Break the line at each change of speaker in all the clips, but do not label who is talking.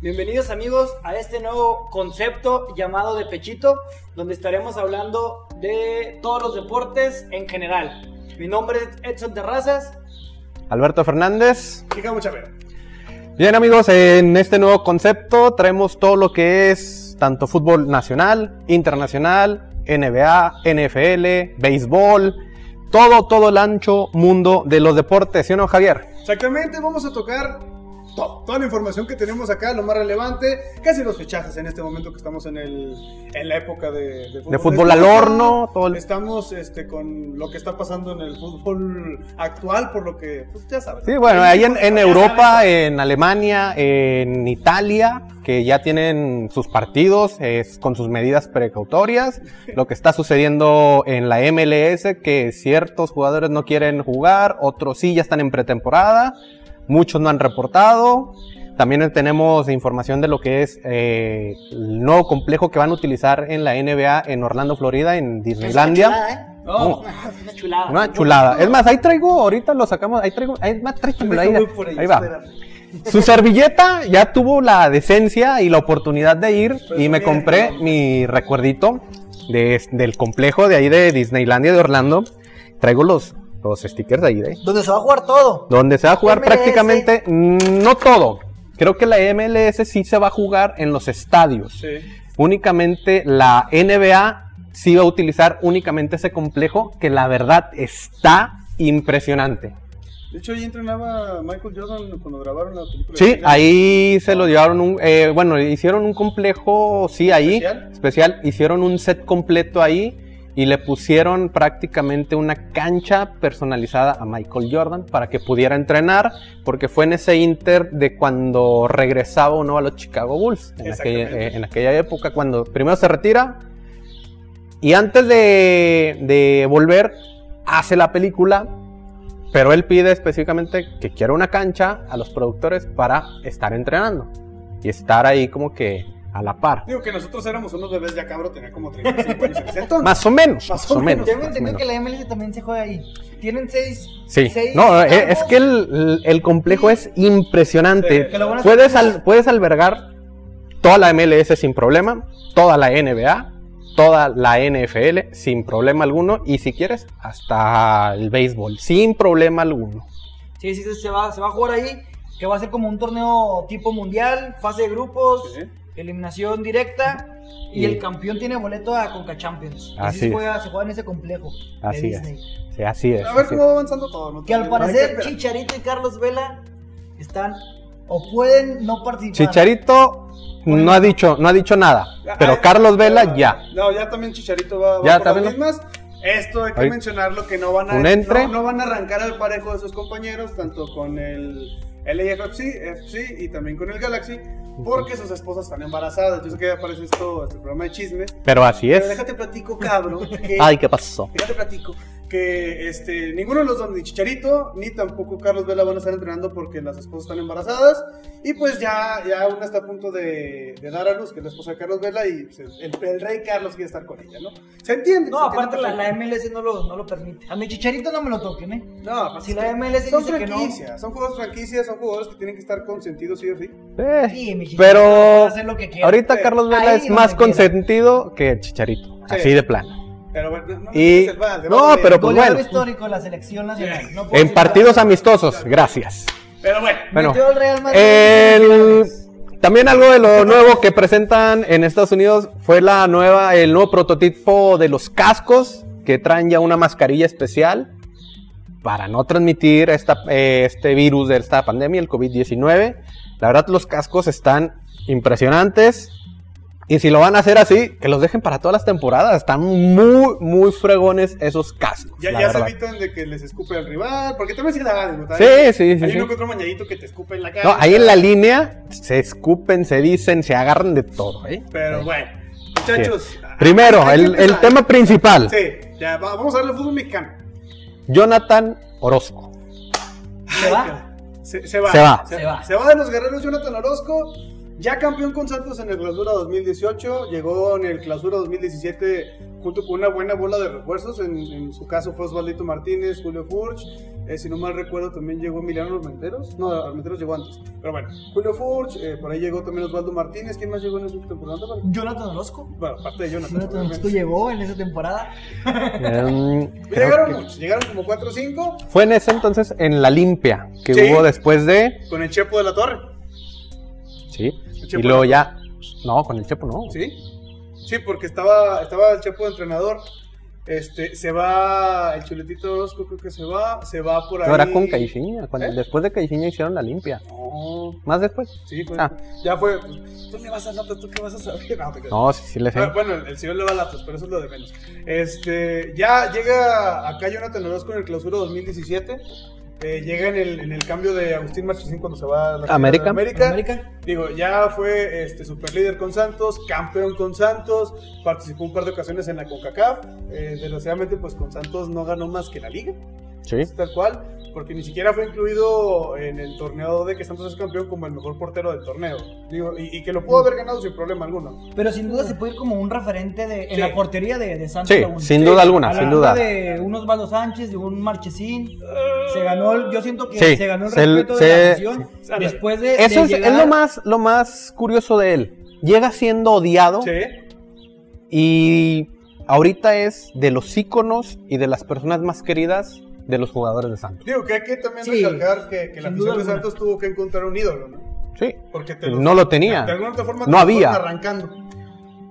Bienvenidos amigos a este nuevo concepto llamado de Pechito, donde estaremos hablando de todos los deportes en general. Mi nombre es Edson Terrazas.
Alberto Fernández.
Chica Chávez.
Bien amigos, en este nuevo concepto traemos todo lo que es tanto fútbol nacional, internacional, NBA, NFL, béisbol, todo, todo el ancho mundo de los deportes, ¿sí o no Javier?
Exactamente, vamos a tocar todo, toda la información que tenemos acá, lo más relevante, casi los fichajes en este momento que estamos en, el, en la época de, fútbol.
De fútbol al horno, todo el-
Estamos este, con lo que está pasando en el fútbol actual, por lo que, pues ya sabes.
Sí, bueno, ahí en, en
Ya
Europa,
sabes.
en Alemania, en Italia, que ya tienen sus partidos es, con sus medidas precautorias, lo que está sucediendo en la MLS, que ciertos jugadores no quieren jugar, otros sí ya están en pretemporada, muchos no han reportado. También tenemos información de lo que es eh, el nuevo complejo que van a utilizar en la NBA en Orlando, Florida, en Disneylandia. Oh.
No,
Es una chulada.
Una chulada. Es más, ahí traigo, ahorita lo sacamos, ahí traigo, ahí, más, tráigamelo, ahí,
deja, voy por
ahí va.
espérame.
Su servilleta ya tuvo la decencia y la oportunidad de ir y me
Presumida.
compré mi recuerdito de es- del complejo de ahí de Disneylandia de Orlando. Traigo los, los stickers de ahí de
Donde se va a jugar todo.
donde se va a jugar
MLS.
prácticamente mm, no todo. Creo que la MLS sí se va a jugar en los estadios.
Sí.
Únicamente la NBA sí va a utilizar únicamente ese complejo que la verdad está impresionante.
De hecho, ahí entrenaba Michael Jordan cuando grabaron la película.
Sí,
de-
ahí se lo llevaron un, eh, bueno, hicieron un complejo, sí, ahí
¿Especial?
especial, hicieron un set completo ahí y le pusieron prácticamente una cancha personalizada a Michael Jordan para que pudiera entrenar, porque fue en ese Inter de cuando regresaba o no a los Chicago Bulls, en, aquella,
Exactamente.
eh, en aquella época, cuando primero se retira y antes de, de volver hace la película. Pero él pide específicamente que quiera una cancha a los productores para estar entrenando y estar ahí como que a la par.
Digo que nosotros éramos unos bebés ya cabro, tenía como 35 años en ese entonces.
Más o menos.
Más
Más
o
o menos.
Tengo
más o
entendido
menos.
que la MLS también se juega ahí. Tienen seis.
Sí.
seis
No, eh,
campos.
es que el, el complejo es impresionante.
Sí,
que lo van a
Puedes,
hacer-
al- puedes albergar toda la MLS sin problema, toda la NBA, toda la NFL sin problema alguno y si quieres hasta el béisbol sin problema alguno.
Sí, sí, sí, se va, se va a jugar ahí. Que va a ser como un torneo tipo mundial, fase de grupos,
Sí.
eliminación directa. Y
Y-
el campeón tiene boleto a Conca Champions.
Así
se
es.
juega, se juega en ese complejo
Así
de
es.
Disney.
Sí, así es.
A ver
así
cómo va avanzando todo. ¿no?
Que al
También hay
parecer
esperar.
Chicharito y Carlos Vela están o pueden no
es.
participar.
Chicharito no ha dicho, no ha dicho nada,
Ah,
pero Carlos Vela
ah,
ya.
No, ya también Chicharito va, va
Ya,
por las
también
mismas. Esto hay que
Ahí.
mencionarlo que no van a
Un entre.
no, no van a arrancar al parejo de sus compañeros tanto con el LAFC, FC y también con el Galaxy porque sus esposas están embarazadas. Yo sé que ya aparece esto este programa de chismes.
Pero así
Pero
es. Ah,
déjate platico, cabrón, que
Ay, ¿qué pasó?
déjate platico que este ninguno de los dos ni Chicharito ni tampoco Carlos Vela van a estar entrenando porque las esposas están embarazadas y pues ya ya una está a punto de, de dar a luz que es la esposa de Carlos Vela y pues, el, el rey Carlos quiere estar con ella, ¿no? Se entiende.
No,
se entiende
aparte la, la
perfecto.
MLS no lo, no lo permite. A mi Chicharito no me lo toquen, ¿eh?
No, aparte
si
es
la
que
MLS
Este, son
dice que no.
franquicias, son jugadores franquicias, son jugadores que tienen que estar consentidos sí o sí.
Eh,
Sí, mi Chicharito puede
pero
hacer lo que quiera.
ahorita
Sí.
Carlos Vela
Ahí
es
donde
más
quiera.
consentido que el Chicharito.
Sí.
Así de plano.
Pero bueno, no, no,
Y-
es el Val, de
no,
Val de-
pero- pues
Goleador
bueno.
histórico de la selección nacional. No puedo
En
decir
partidos
nada.
amistosos, gracias.
pero bueno.
Bueno,
Metió al Real Madrid.
el- también algo de lo nuevo que presentan en Estados Unidos fue la nueva, el nuevo prototipo de los cascos que traen ya una mascarilla especial para no transmitir esta, eh, este virus de esta pandemia, el COVID-19. La verdad, los cascos están impresionantes. Y si lo van a hacer así, que los dejen para todas las temporadas. Están muy, muy fregones esos cascos.
Ya,
la
ya se
verdad.
evitan de que les escupe al rival, porque también se da algo.
Sí, sí, sí,
Hay
sí.
uno que otro mañadito que te escupe en la cara.
No, ahí en la línea se escupen, se dicen, se agarran de todo. ¿eh?
Pero bueno, muchachos. ah,
Primero,
hay que
el, el
empezar.
tema principal.
Sí, ya va- vamos a ver el fútbol mexicano.
Jonathan Orozco.
Se va.
Se, se va.
Se va.
Ah. Se va.
Se va de los guerreros Jonathan Orozco. Ya campeón con Santos en el Clausura 2018. Llegó en el Clausura 2017 junto con una buena bola de refuerzos. En, en su caso fue Osvaldito Martínez, Julio Furch, Eh, si no mal recuerdo, también llegó Emiliano Armenteros. No, Armenteros llegó antes. Pero bueno, Julio Furch, eh, por ahí llegó también Osvaldo Martínez. ¿Quién más llegó en esa temporada? Bueno,
Jonathan Orozco.
Bueno, aparte de Jonathan.
Jonathan Orozco
obviamente.
llegó en esa temporada.
Em, creo
Llegaron
que-
muchos, llegaron como 4 o 5
Fue en ese entonces en la limpia que
Sí.
hubo después de.
con el Chepo de la Torre.
Sí.
Chepo.
Y luego ya. No, con el Chepo no.
¿Sí? Sí, porque estaba, estaba el Chepo de entrenador. Este, se va el chuletito Orozco, creo que se va, se va por ahí.
No, era con Caixinha. Cuando,
¿Eh?
Después de Caixinha hicieron la limpia.
No,
Más después.
sí, fue-
Ah.
ya fue. Tú le vas a Latos, tú qué vas a saber. No, te creas.
No, sí, sí le sé.
Ah, Bueno, el, el señor le va a Latos, pero eso es lo de menos. Este, ya llega acá Jonathan Orozco en el clausura 2017. eh, llega en el, en el cambio de Agustín Marchesín cuando se va a la
América.
pues, América.
América.
Digo, ya fue este, superlíder con Santos, campeón con Santos, participó un par de ocasiones en la CONCACAF. eh, desgraciadamente, pues con Santos no ganó más que la liga,
Sí.
es tal cual, porque ni siquiera fue incluido en el torneo de que Santos es campeón como el mejor portero del torneo. Digo, y, y que lo pudo haber ganado sin problema alguno.
Pero sin duda se puede ir como un referente de, en
Sí.
la portería de, de Santos
Sí,
Laguna.
sin duda alguna,
A la
sin
altura
duda.
de un Osvaldo Sánchez, de un Marchesín. Se ganó, el- yo siento que
Sí,
se ganó el
se-
respeto de
se-
la afición.
sí.
Después de.
Eso
de
es, es
llegar-
lo, más, lo más curioso de él. Llega siendo odiado
Sí,
y ahorita es de los íconos y de las personas más queridas de los jugadores de Santos.
digo que hay que también
Sí,
recalcar que, que
sin
la afición
duda
de
alguna.
Santos tuvo que encontrar un ídolo, ¿no?
Sí.
Porque te
Eh, No lo tenía.
De alguna otra forma te
No
lo
había. Mm.
fueron arrancando.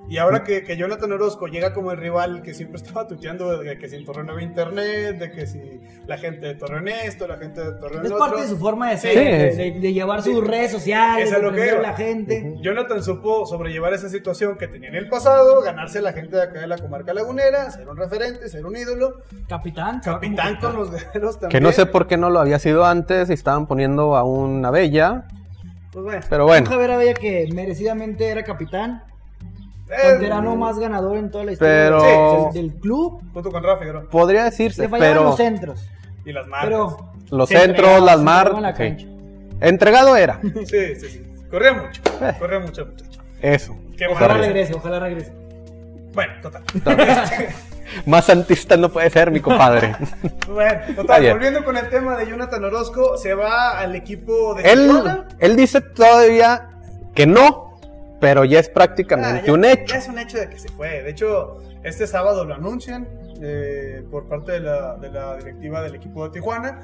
Y ahora que, que Jonathan Orozco llega como el rival que siempre estaba tuteando de que si en Torreón había internet, de que si la gente de Torreón esto, la gente de Torreón
Es
otro.
parte de su forma de ser,
Sí.
de, de- de llevar
Sí.
sus redes sociales,
Es a
de
lo que
prender a
iba.
la gente.
Jonathan supo sobrellevar esa situación que tenía en el pasado, ganarse a la gente de acá de la comarca lagunera, ser un referente, ser un ídolo,
Capitán. se va como
capitán con los guerreros también.
Que no sé por qué no lo había sido antes y estaban poniendo a una bella.
Pues bueno,
Pero
Un
bueno.
Javier Abella que merecidamente era capitán,
eh,
canterano más ganador en toda la historia
Pero-
del- del club.
junto con Rafa Figueroa.
Podría
Se
decirse,
fallaban
pero
los centros,
y las marcas.
pero
los
se
centros,
entregaba,
las
se entregaba en la
mar.
cancha.
sí. Entregado era.
Sí, sí, sí. Corría mucho,
Eh.
corría mucho, muchacho.
Eso.
Qué
Ojalá
Corre.
maravilla.
regrese, ojalá regrese.
Bueno, total.
Más santista no puede ser, mi compadre.
Bueno,
Está
total,
bien.
volviendo con el tema de Jonathan Orozco, se va al equipo de
él,
Tijuana.
él dice todavía que no, pero ya es
Ah,
prácticamente
ya-
un hecho.
ya es un hecho de que se fue. De hecho, este sábado lo anuncian eh, por parte de la, de la directiva del equipo de Tijuana.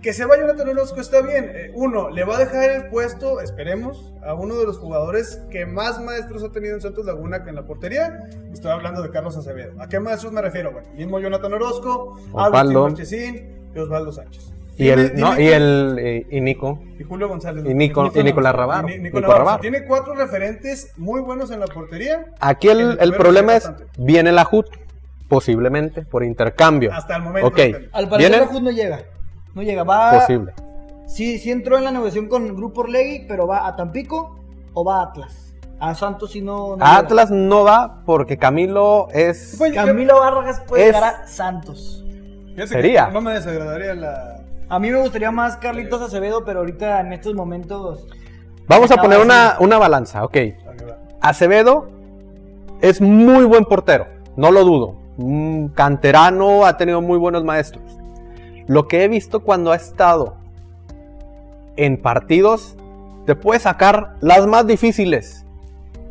Que se va Jonathan Orozco está bien. Eh, uno, le va a dejar el puesto, esperemos, a uno de los jugadores que más maestros ha tenido en Santos Laguna que en la portería. Estoy hablando de Carlos Acevedo. ¿A qué maestros me refiero? Bueno, mismo Jonathan Orozco, Agustín
Osvaldo.
Marchesín y Osvaldo Sánchez.
Y
Dime-
el, no,
dime
y
quién-
el eh, y Nico.
y Julio González.
Y Nico- y Nicolás Rabar-
Y Ni-
Nico
Nicolás Rabar.
Rabar.
Tiene cuatro referentes muy buenos en la portería.
Aquí
En el
el, el
primero
problema
sí,
es,
bastante.
viene la JUT, posiblemente, por intercambio.
Hasta el momento,
Ok.
depende.
Al parecer
¿Vienen?
la Jus no llega. No llega, va.
Posible.
Sí, sí entró en la negociación con el Grupo Orlegui, pero va a Tampico o va a Atlas. A Santos si no. no llega.
Atlas no va porque Camilo es...
Pues,
Bueno,
Camilo Barragas puede
Es-
llegar a Santos.
Fíjate que
sería.
No me desagradaría la.
A mí me gustaría más Carlitos Acevedo, pero ahorita en estos momentos.
Vamos a
acaba
poner
de
una, una balanza, ok.
la que va.
Acevedo es muy buen portero, no lo dudo. Un canterano, ha tenido muy buenos maestros. Lo que he visto cuando ha estado en partidos, te puede sacar las más difíciles.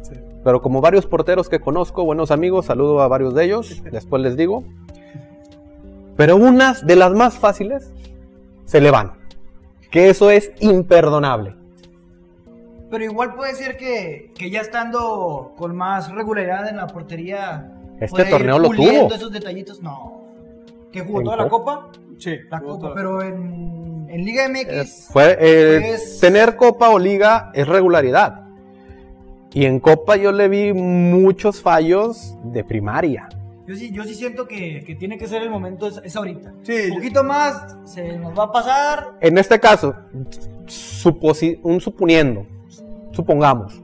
Sí.
Pero como varios porteros que conozco, buenos amigos, saludo a varios de ellos, después les digo. Pero unas de las más fáciles se le van. Que eso es imperdonable.
Pero igual puede ser que, que ya estando con más regularidad en la portería.
Este
puede ir
torneo lo
puliendo
tuvo.
esos detallitos, no. Que jugó
¿En
toda la
cuál?
copa.
Sí,
La copa, pero en, en Liga MX.
Eh, fue, eh,
Pues-
Tener copa o liga es regularidad. Y en copa yo le vi muchos fallos de primaria.
Yo sí, yo sí siento que, que tiene que ser el momento, es, es ahorita.
Sí.
Un poquito más, se nos va a pasar.
En este caso, suposi- un suponiendo, supongamos,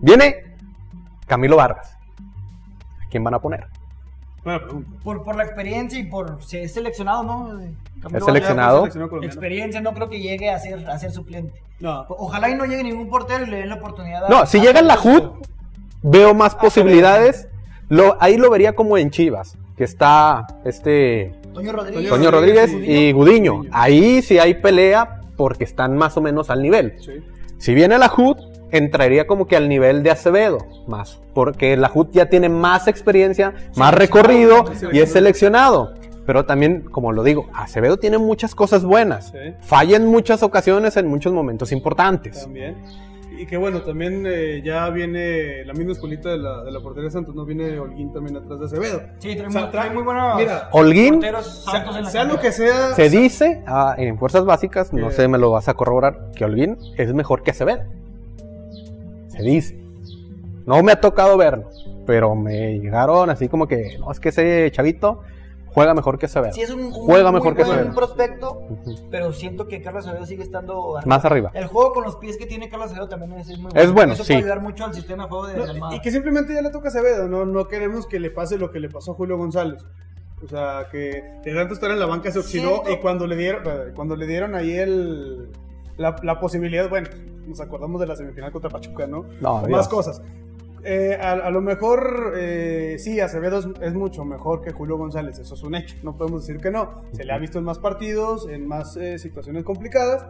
viene Camilo Vargas. ¿A quién van a poner?
Buena pregunta.
Por, por la experiencia y por. Se es seleccionado, ¿no? Camilo
Es
Vargas.
seleccionado. Seleccionado.
colombiano.
Experiencia, no creo que llegue a ser, a ser suplente.
No.
Ojalá y no llegue ningún portero y le den la oportunidad. a-
No, si
a-
llega en la HUD, veo más posibilidades. Lo, ahí lo vería como en Chivas, que está este
Toño Rodríguez.
Toño Rodríguez y Gudiño. Ahí sí hay pelea porque están más o menos al nivel.
Sí.
Si viene la HUD, entraría como que al nivel de Acevedo, más. Porque la HUD ya tiene más experiencia, más recorrido y es seleccionado. Pero también, como lo digo, Acevedo tiene muchas cosas buenas.
Sí.
Falla en muchas ocasiones, en muchos momentos importantes.
También. Y que bueno, también eh, ya viene la misma escuelita de la, de la portería de Santos, ¿no? Viene Holguín también atrás de Acevedo.
Sí, trae,
O sea,
muy,
trae-
trae muy buenos
Mira,
Holguín,
porteros
sea,
santos en la
sea lo
cancha.
que sea,
se dice ah, en Fuerzas Básicas, no
Eh.
sé, me lo vas a corroborar, que Holguín es mejor que Acevedo. Se dice. No me ha tocado verlo, pero me llegaron así como que, no, es que ese chavito juega mejor que Acevedo.
Sí, es un, un
Juega mejor
muy
que
buen
Acevedo.
prospecto,
Ujú.
pero siento que Carlos Acevedo sigue estando arriba.
Más arriba.
El juego con los pies que tiene Carlos Acevedo también es, es muy
Es bueno,
Eso
sí.
puede ayudar mucho al sistema de juego de
No,
Almada.
y que simplemente ya le toca a Acevedo, ¿no? No queremos que le pase lo que le pasó a Julio González. O sea, que de tanto estar en la banca se oxidó
Siento-
y cuando le dieron, eh, cuando le dieron ahí el, la, la posibilidad, bueno, nos acordamos de la semifinal contra Pachuca, ¿no?
No,
O
Dios.
más cosas. Eh, a, a lo mejor, eh, sí, Acevedo es, es mucho mejor que Julio González, eso es un hecho, no podemos decir que no. Se le ha visto en más partidos, en más eh, situaciones complicadas,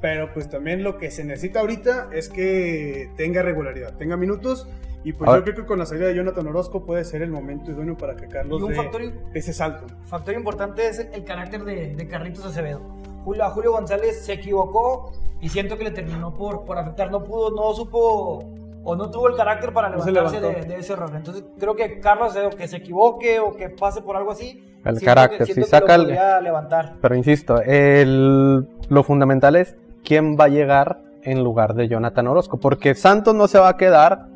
pero pues también lo que se necesita ahorita es que tenga regularidad, tenga minutos, y pues
A
yo
ver.
creo que con la salida de Jonathan Orozco puede ser el momento idóneo para que
Y
Carlos
un
dé
factor, im-
dé ese salto.
factor importante es el, el carácter de, de Carlitos Acevedo. Julio, a Julio González se equivocó y siento que le terminó por, por afectar. No pudo, no supo o no tuvo el carácter para
No se
levantarse
levantó.
de, de ese error. Entonces creo que Carlos Acevedo que se equivoque o que pase por algo así. siento
El
que-
carácter,
siento
si
que lo
saca el-
podría levantar.
Pero insisto, el- lo fundamental es quién va a llegar en lugar de Jonathan Orozco, porque Santos no se va a quedar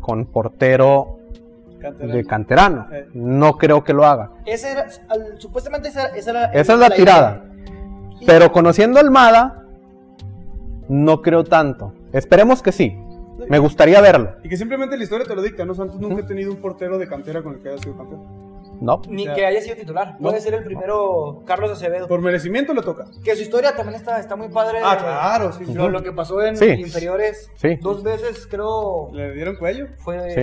con portero de
Canterano.
canterano.
Eh.
No creo que lo haga.
Ese era, al- supuestamente esa, esa era
Esa es la tirada.
idea. Y-
Pero conociendo a Almada, no creo tanto. Esperemos que sí. Me gustaría verlo.
Y que simplemente la historia te lo dicta, ¿no? Santos nunca ha tenido un portero de cantera con el que haya sido campeón.
No,
Ni
O sea,
que haya sido titular. Puede
no.
ser el primero Carlos Acevedo.
Por merecimiento le toca.
Que su historia también está, está muy padre.
Ah, claro, sí, sí.
Lo, lo que pasó en
Sí.
inferiores.
Sí.
Dos veces, creo.
Le dieron cuello.
Fue.
sí.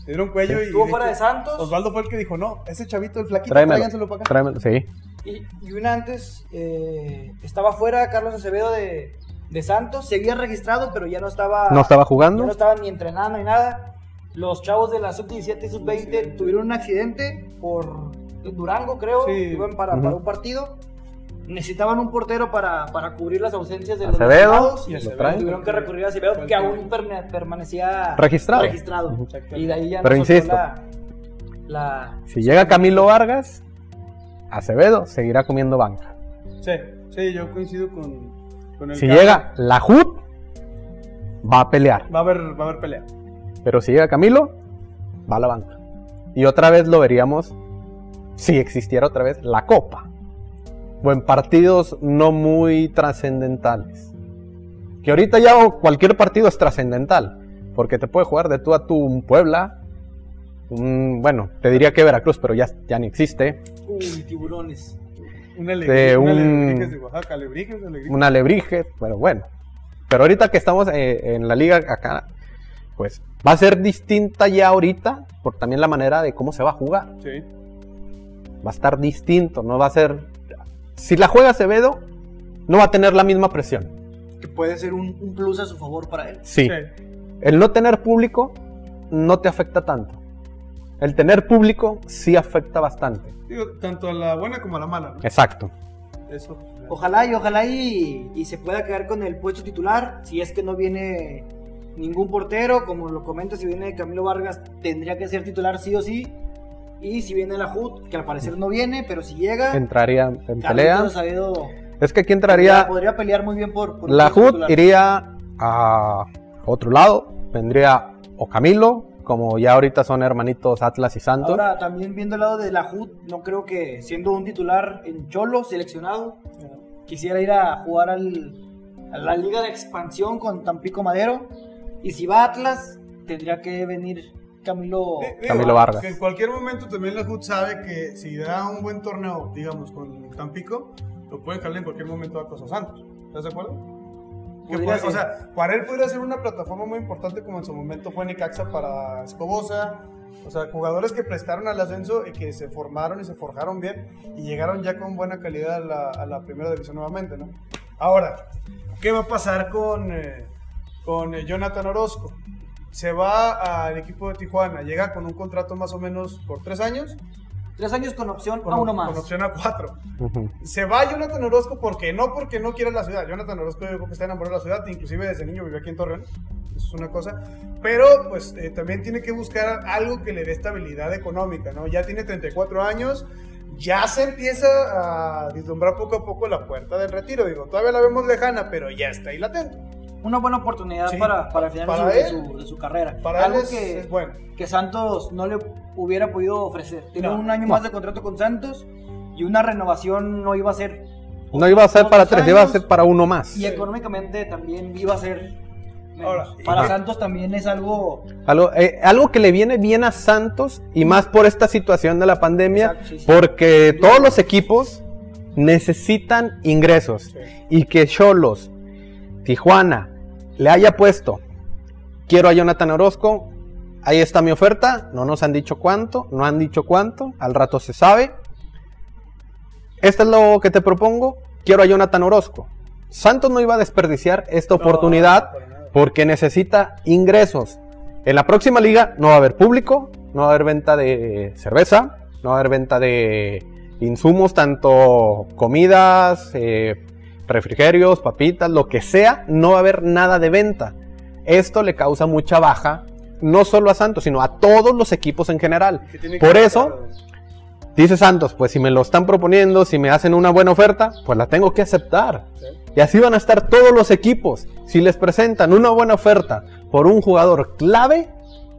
Le dieron cuello y.
Estuvo
de
fuera de
hecho,
Santos.
Osvaldo fue el que dijo: No, ese chavito, el flaquito,
Tráemelo.
tráiganselo para acá.
Tráemelo, sí.
Y, y una antes eh, estaba fuera Carlos Acevedo de, de Santos. Seguía registrado, pero ya no
Ah,
estaba.
No estaba
Ya no
jugando.
estaba ni entrenando ni nada. Los chavos de la sub-17 y sub-20 tuvieron un accidente por en Durango, creo.
Sí.
Iban para,
Ujú.
para un partido. Necesitaban un portero para, para cubrir las ausencias de los
Acevedo.
lesionados.
Y
Lo
Acevedo.
trae.
Tuvieron que recurrir a Acevedo, que aún perme- permanecía
Registrado.
registrado.
Ujú.
Y de ahí ya
Pero
nos soltó
insisto.
la, la-
Si llega Camilo Vargas, Acevedo seguirá comiendo banca.
Sí, sí, yo coincido con, con el.
Si
Cata.
llega la HUD, va a pelear.
Va a haber, va a haber pelea.
Pero si llega Camilo, va a la banca. Y otra vez lo veríamos si existiera otra vez la Copa. O en partidos no muy trascendentales. Que ahorita ya cualquier partido es trascendental. Porque te puede jugar de tú a tú un Puebla. un- bueno, te diría que Veracruz, pero ya, ya ni existe.
Uy, tiburones.
Una
De
alegría. Una
un-
alegría de Oaxaca, alebrijes, alebrijes.
un alebrije, pero bueno. Pero ahorita que estamos eh, en la liga acá, pues va a ser distinta ya ahorita por también la manera de cómo se va a jugar.
Sí.
Va a estar distinto, no va a ser... Si la juega Acevedo, no va a tener la misma presión.
Que puede ser un, un plus a su favor para él.
Sí.
Sí.
El no tener público no te afecta tanto. El tener público sí afecta bastante.
Digo, tanto a la buena como a la mala, ¿no?
Exacto.
Eso.
Ojalá y ojalá y, y se pueda quedar con el puesto titular. Si es que no viene ningún portero, como lo comenta, si viene Camilo Vargas, tendría que ser titular sí o sí. Y si viene la HUD, que al parecer no viene, pero si llega,
Entraría en
Carlitos
pelea.
Acevedo
Es que aquí
podría,
entraría
podría pelear muy bien por, por el
La
puesto
HUD
titular.
iría a otro lado, vendría o Camilo, como ya ahorita son hermanitos Atlas y Santos.
Ahora, también viendo el lado de la HUD, no creo que siendo un titular en Cholo, seleccionado, quisiera ir a jugar al, a la Liga de Expansión con Tampico Madero. Y si va Atlas, tendría que venir Camilo.
Di- digo,
Camilo Vargas.
Que en cualquier momento también la HUD sabe que si da un buen torneo, digamos, con Tampico, lo puede jalar en cualquier momento a Cosa Santos. ¿Estás de acuerdo? Que
Podría
puede-
ser.
o sea, para él podría ser una plataforma muy importante como en su momento fue Necaxa para Escobosa, O sea, jugadores que prestaron al ascenso y que se formaron y se forjaron bien y llegaron ya con buena calidad a la, a la primera división nuevamente, ¿no? Ahora, ¿qué va a pasar con, eh, con eh, Jonathan Orozco? Se va al equipo de Tijuana, llega con un contrato más o menos por tres años.
Tres años con opción
Con,
a Ah, uno más.
con opción a cuatro. Se va Jonathan Orozco porque no porque no quiera la ciudad. Jonathan Orozco yo creo que está enamorado de la ciudad, inclusive desde niño vivió aquí en Torreón. Eso es una cosa. Pero pues eh, también tiene que buscar algo que le dé estabilidad económica, ¿no? Ya tiene 34 años, ya se empieza a vislumbrar poco a poco la puerta del retiro. Digo, todavía la vemos lejana, pero ya está ahí latente.
Una buena oportunidad
Sí,
para, para el final
para
de, su,
él.
de su- de su carrera.
Para
Algo
él es,
que,
es bueno.
que Santos no le hubiera podido ofrecer. Tiene
No,
un año más de contrato con Santos y una renovación no iba a ser.
No iba a ser para
Otros
tres, iba a
pues, años.
ser para uno más.
Y económicamente también iba a ser. menos.
Ahora,
para
y-
Santos también es algo.
Algo, eh, algo que le viene bien a Santos y más por esta situación de la pandemia,
Exacto, sí, sí.
porque todos los equipos necesitan ingresos y que Cholos, Tijuana, le haya puesto, quiero a Jonathan Orozco, ahí está mi oferta, no nos han dicho cuánto, no han dicho cuánto, al rato se sabe. Este es lo que te propongo, quiero a Jonathan Orozco. Santos no iba a desperdiciar esta oportunidad
para nada.
porque necesita ingresos. En la próxima liga no va a haber público, no va a haber venta de cerveza, no va a haber venta de insumos, tanto comidas, eh, refrigerios, papitas, lo que sea, no va a haber nada de venta. Esto le causa mucha baja, no solo a Santos, sino a todos los equipos en general.
Que tiene que
Por
buscar
eso, dice Santos, pues si me lo están proponiendo, si me hacen una buena oferta, pues la tengo que aceptar.
Sí.
Y así van a estar todos los equipos. Si les presentan una buena oferta por un jugador clave,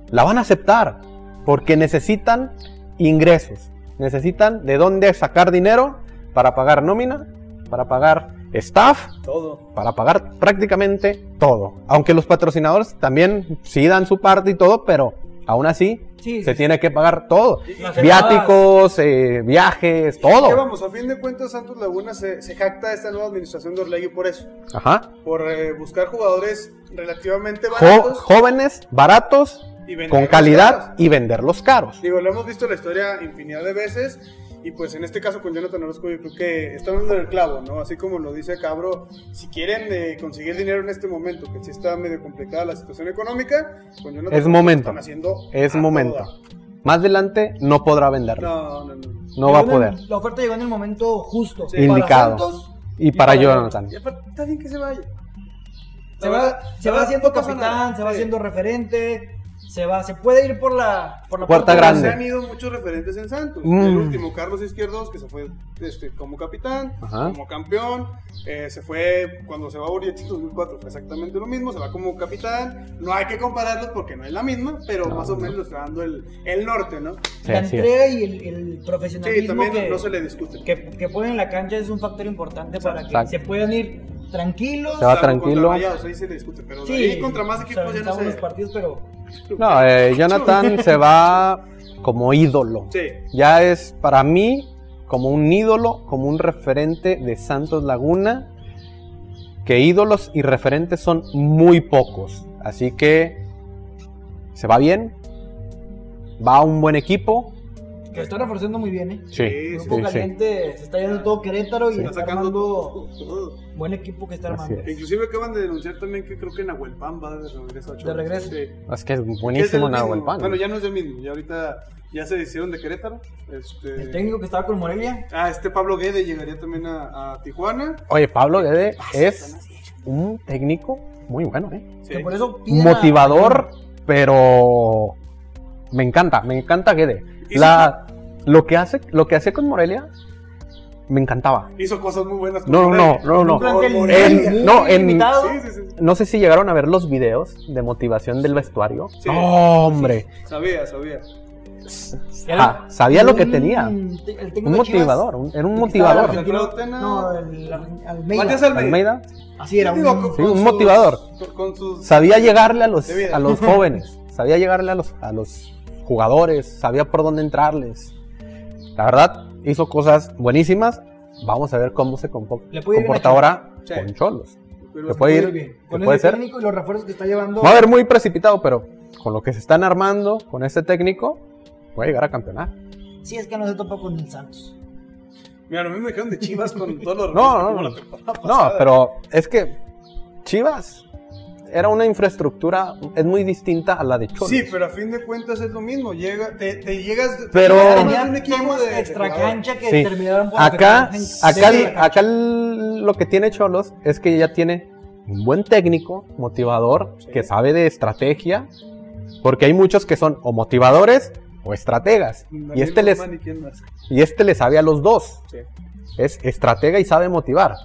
la van a aceptar. Porque necesitan ingresos. Necesitan de dónde sacar dinero para pagar nómina, para pagar staff,
todo.
para pagar prácticamente todo. Aunque los patrocinadores también sí dan su parte y todo, pero aún así
Sí,
se
sí,
tiene que pagar todo.
Las
Viáticos, eh, viajes,
Que
todo.
vamos, a fin de cuentas Santos Laguna se, se jacta de esta nueva administración de Orlegui por eso.
Ajá.
Por eh, buscar jugadores relativamente
Jo-
baratos.
jóvenes, baratos,
y vender
con
los
calidad
caros.
y venderlos caros.
Digo, lo hemos visto la historia infinidad de veces. Y pues en este caso con Jonathan Orozco, yo creo que está dando el clavo, ¿no? Así como lo dice Cabro, si quieren eh, conseguir dinero en este momento, que sí está medio complicada la situación económica, con Jonathan
Es
Orozco
momento.
están haciendo
Es
a
momento.
toda.
Más adelante no podrá venderlo.
No, no, no.
No,
Llegó
va a
en-
poder.
La oferta llegó en el momento justo.
Sí.
Indicado.
Para Santos,
Y para
para
Jonathan.
Y aparte, está bien que se vaya.
se va, se va haciendo capitán, se va
Sí.
haciendo referente, se va, se puede ir por la, por la
Puerta
Pero
grande.
Se han ido muchos referentes en Santos.
Mm.
El último, Carlos Izquierdos, que se fue este, como capitán,
Ajá.
como campeón. eh, se fue cuando se va a Uriach en 2004, fue exactamente lo mismo. Se va como capitán. No hay que compararlos porque no es la misma, pero
No,
más o
no.
menos lo está dando el, el norte, ¿no?
Sí,
La
así es.
entrega y el, el
Sí,
profesionalismo
también
que,
no se le discute.
que, que ponen en la cancha es un factor importante para que
Exacto.
se puedan ir tranquilos.
Se va
Salvo
tranquilo.
Contra Rayados, ahí se le discute, pero de ahí contra más equipos ya no
los
se...
partidos, pero
No, eh, Jonathan se va como ídolo.
Sí,
Ya es para mí como un ídolo, como un referente de Santos Laguna, que ídolos y referentes son muy pocos. Así que se va bien, va a un buen equipo.
que está reforzando muy bien, ¿eh?
Sí,
Grupo
sí, sí.
Caliente se está yendo todo Querétaro y
Sí.
está
está
sacando
armando
todo.
buen equipo que está
Así
armando.
es.
Inclusive acaban de denunciar también que creo que Nahuel Pan va de regreso a Cholos.
regreso.
Sí.
Es que es
Que es del
buenísimo Nahuel
mismo.
Pan.
Bueno, ya no es el mismo, ya ahorita ya se hicieron de Querétaro. Este...
El técnico que estaba con Morelia,
Ah, este Pablo Guede llegaría también a, a Tijuana.
Oye,
Ah,
Pablo Guede es un técnico muy bueno, ¿eh?
Sí.
que por eso piden a-
motivador, pero me encanta, me encanta Guede.
Y
La, lo que hace, lo que hacía con Morelia, me encantaba.
Hizo cosas muy buenas. con
No, no,
Morelia.
no, no,
un
no.
plan-
plantel
Morelia.
muy
No, en-
limitado.
Sí, sí, sí.
No sé si llegaron a ver los videos de motivación del vestuario.
Sí.
No, hombre.
Sabía, sabía.
Ah, sabía lo que
Un-
tenía.
Mm.
el técnico
Un
de Chivas,
motivador, un- era un
el que estaba
motivador.
en Argentina.
Flotena.
No, el Ar- Almeida.
Matías Almeida.
Almeida
Así era, un-
Digo, con-
Sí,
con
un motivador.
con- Con sus...
sabía llegarle a los,
De vida.
a los jóvenes, sabía llegarle a los, a los jugadores, sabía por dónde entrarles. La verdad, hizo cosas buenísimas. Vamos a ver cómo se compo-
Le puede ir bien
comporta
a
ahora
Sí.
con Cholos.
Pero
Le
sí,
puede
Muy
ir,
bien.
le
Con
puede
ese
ser.
técnico y los refuerzos que está llevando.
Va a ver muy precipitado, pero con lo que se están armando con este técnico, puede llegar a campeonar.
Si es que no se topa con el Santos.
Mira, a mí me dijeron de Chivas con todos los
No, no,
refuerzos como
no.
la temporada
No,
pasada.
pero es que Chivas era una infraestructura, es muy distinta a la de Cholos.
Sí, pero a fin de cuentas es lo mismo. Llega, te, te llegas. te
Pero-
llegas a armar
Tenían temas extra cancha que
Sí.
terminaron por
Acá,
afectar en-
acá,
Sí.
acá el- lo que tiene Cholos es que ya tiene un buen técnico, motivador, que sabe de estrategia, porque hay muchos que son o motivadores o estrategas. Y
Daniel
este, les,
Guzmán y quién más.
y este le sabe a los dos.
Sí.
Es estratega y sabe motivar.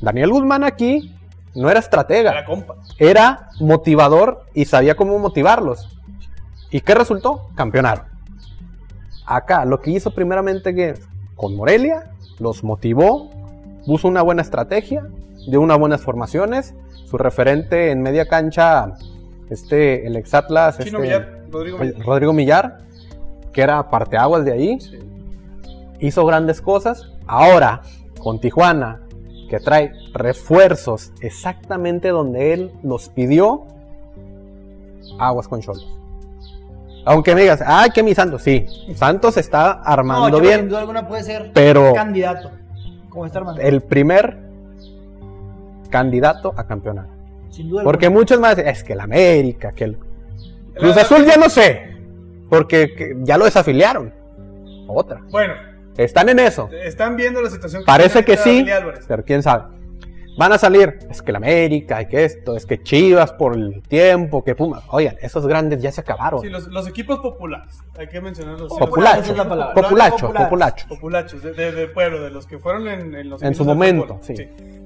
Daniel Guzmán aquí no era
Para
estratega,
compa.
era motivador y sabía cómo motivarlos. ¿Y qué resultó? Campeonaron. Acá lo que hizo primeramente que con Morelia los motivó, puso una buena estrategia, dio unas buenas formaciones, su referente en media cancha, este, el ex Atlas,
Chino
este,
Millar, Rodrigo
Oye,
Millar.
Rodrigo Millar, que era parteaguas de ahí,
Sí.
hizo grandes cosas. Ahora, con Tijuana, que trae refuerzos exactamente donde él los pidió, aguas con Cholos. Aunque me digas, ay, que mi Santos, sí, Santos está
No,
armando
Chivas sin
bien,
duda alguna puede ser
pero
candidato. Como está armando.
el primer candidato a campeonar.
sin duda
Porque
alguna.
muchos más, es que el América, que el Cruz
La-
Azul ya no sé, porque que- ya lo desafiliaron. Otra.
Bueno,
Están en eso.
están viendo la situación.
Parece
tiene
que
ahorita
sí,
Dani Álvarez.
pero quién sabe. Van a salir, es que el América, y que esto, es que Chivas por el tiempo, que Puma. Oigan, esos grandes ya se acabaron.
Sí, los, los equipos populares. Hay que mencionarlos. Sí,
Populares, esa
Populacho,
es la palabra.
populacho,
Populares.
populacho.
populachos de, de- de pueblo, de los que fueron en, en los
En su
inicios del
momento, sí.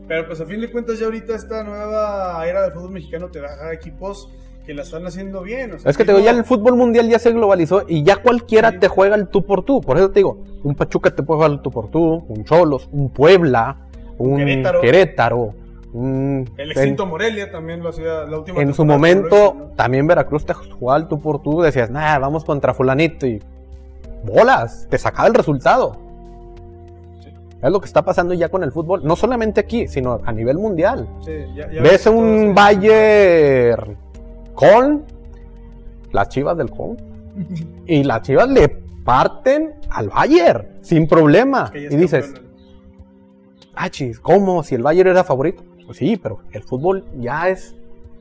Pero pues a fin de cuentas ya ahorita esta nueva era del fútbol mexicano te da equipos que la están haciendo bien. o sea,
Es que te digo, ya
mismo-
el fútbol mundial ya se globalizó y ya cualquiera
Sí.
te juega el tú por tú. Por eso te digo, un Pachuca te puede jugar el tú por tú, un Cholos, un Puebla, un
Querétaro.
Querétaro, un en-
El extinto Morelia también lo hacía la última
En su
temporada,
momento,
lo hizo, ¿no?
también Veracruz te jugaba al tú por tú, decías, nah, vamos contra fulanito y bolas, te sacaba el resultado.
Sí.
Es lo que está pasando ya con el fútbol, no solamente aquí, sino a nivel mundial.
Sí, ya- ya
Ves
todo ese-
un Bayern con las chivas del con y las chivas le parten al Bayern sin problema.
que ya es
Y dices,
campeón.
ah, chis, ¿cómo? Si el Bayern era favorito. Pues sí, pero el fútbol ya es,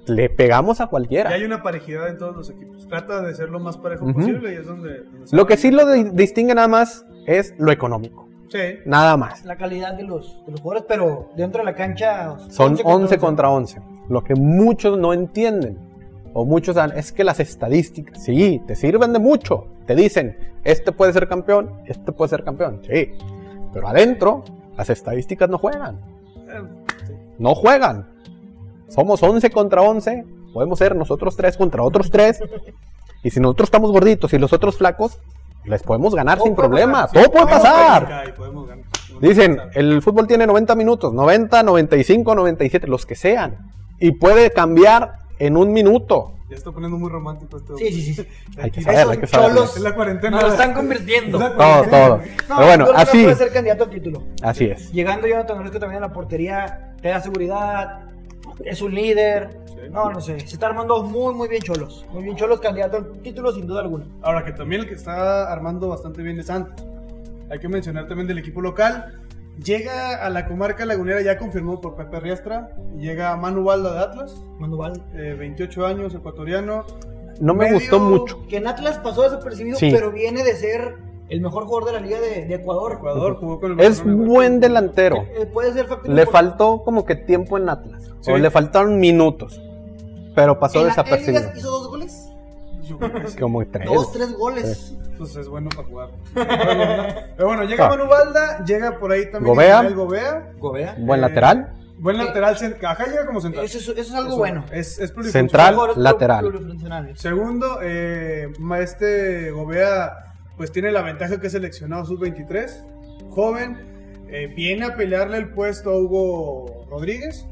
le pegamos a cualquiera.
Ya hay una parejidad en todos los equipos. Trata de ser lo más parejo
Ujú.
posible y es donde. donde se
Lo
va
que
a-
sí lo di- distingue nada más es lo económico,
Sí.
nada más.
La calidad de los, de los jugadores, pero dentro de la cancha.
Son 11 contra 11, lo que muchos no entienden. O muchos dan, es que las estadísticas, sí, te sirven de mucho. Te dicen, este puede ser campeón, este puede ser campeón, sí. Pero adentro, las estadísticas no juegan.
eh,
No juegan. Somos 11 contra 11, podemos ser nosotros tres contra otros tres. Y si nosotros estamos gorditos y los otros flacos, les podemos ganar sin problema. Todo puede pasar.
Y podemos ganar.
Dicen,
Podemos ganar.
el fútbol tiene 90 minutos, 90, 95, 97, los que sean. Y puede cambiar en un minuto.
Ya está poniendo muy romántico este esto.
Sí, sí, sí, sí.
Hay que
Esos
saber, hay que saber.
Es la cuarentena.
Nos lo están convirtiendo.
Es la
Todo,
cuarentena.
todo.
No,
Pero bueno,
Honduras no
así,
puede ser candidato al título.
así es.
Llegando Jonathan Orozco también a la portería, te da seguridad, es un líder. No, no sé. Se está armando muy, muy bien Cholos. Muy bien Cholos, candidato al título sin duda alguna.
Ahora que también el que está armando bastante bien es Santos. Hay que mencionar también del equipo local. Llega a la comarca lagunera, ya confirmó por Pepe Riestra. Llega Manu Balda de Atlas,
Manuval.
eh, 28 años, ecuatoriano.
No me
Medio-
gustó mucho.
Que en Atlas pasó desapercibido,
Sí.
pero viene de ser el mejor jugador de la Liga de, de Ecuador.
Ecuador jugó con el
Es
Barcelona de
buen
Brasil.
delantero.
Eh, puede ser factor
Le
importante.
faltó como que tiempo en Atlas. O
Sí.
le faltaron minutos. Pero pasó
En la- en Ligas
desapercibido.
hizo dos goles.
Yo creo que sí.
Como tres.
Dos, tres goles.
Pues es bueno para jugar. Pero bueno, llega
Ah.
Manu Balda, llega por ahí también
Gobea.
Ismael Gobea.
Gobea.
Buen
Eh,
lateral.
Buen lateral, cent- acá llega como central.
Eso es, eso es algo
Eso,
bueno.
Es, es plurifuncional.
Central.
Jugadores
lateral.
pluri- plurifuncionales.
Segundo, eh, ma- este Gobea pues tiene la ventaja que es seleccionado sub-23, joven, eh, viene a pelearle el puesto a Hugo Rodríguez,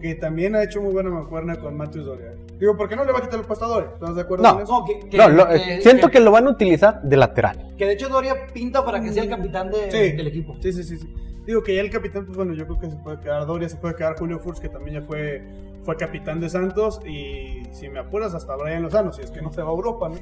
que también ha hecho muy buena mancuerna con Matheus Doria. Digo, ¿por qué no le va a quitar el puesto a Doria? ¿Estás de acuerdo
No.
con eso?
No, que, que-
No, lo- eh,
que-
siento
que,
que lo van a utilizar de lateral.
que de hecho Doria pinta para que sea el capitán de-
Sí.
del equipo.
Sí, sí, sí, sí. Digo que ya el capitán, pues bueno, yo creo que se puede quedar Doria, se puede quedar Julio Furz, que también ya fue, fue capitán de Santos y si me apuras hasta Brian Lozano, si es que no se va a Europa, ¿no?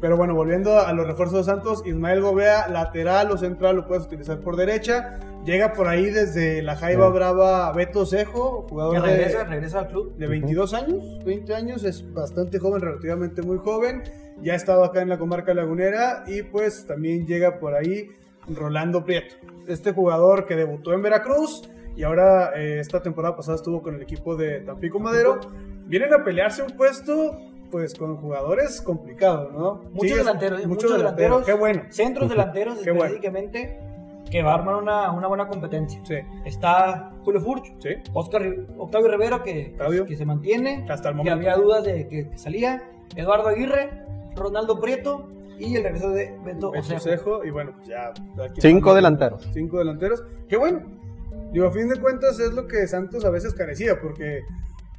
Pero bueno, volviendo a los refuerzos de Santos, Ismael Gobea, lateral o central, lo puedes utilizar por derecha. Llega por ahí desde la Jaiba
Sí.
Brava Beto Cejo,
Que
jugador de,
regresa, regresa al club.
de 22 años, 20 años, es bastante joven, relativamente muy joven, ya ha estado acá en la comarca lagunera y pues también llega por ahí Rolando Prieto, este jugador que debutó en Veracruz y ahora eh, esta temporada pasada estuvo con el equipo de Tampico Madero, vienen a pelearse un puesto pues con jugadores complicados, ¿no?
Muchos
Sí, es-
delanteros, eh,
muchos
muchos delanteros.
qué bueno.
Centros delanteros
Qué bueno.
específicamente que va a armar una, una buena competencia.
Sí,
Está Julio Furch,
sí,
Oscar, Ri- Octavio Rivero que,
Octavio.
que se mantiene,
hasta el
que
momento.
había dudas de que, que salía, Eduardo Aguirre, Ronaldo Prieto y el regreso de Beto
Beto
Osejo.
Cejo, y bueno, pues ya. aquí
Cinco
vamos.
delanteros.
Cinco delanteros. Qué bueno. Digo, a fin de cuentas es lo que Santos a veces carecía, porque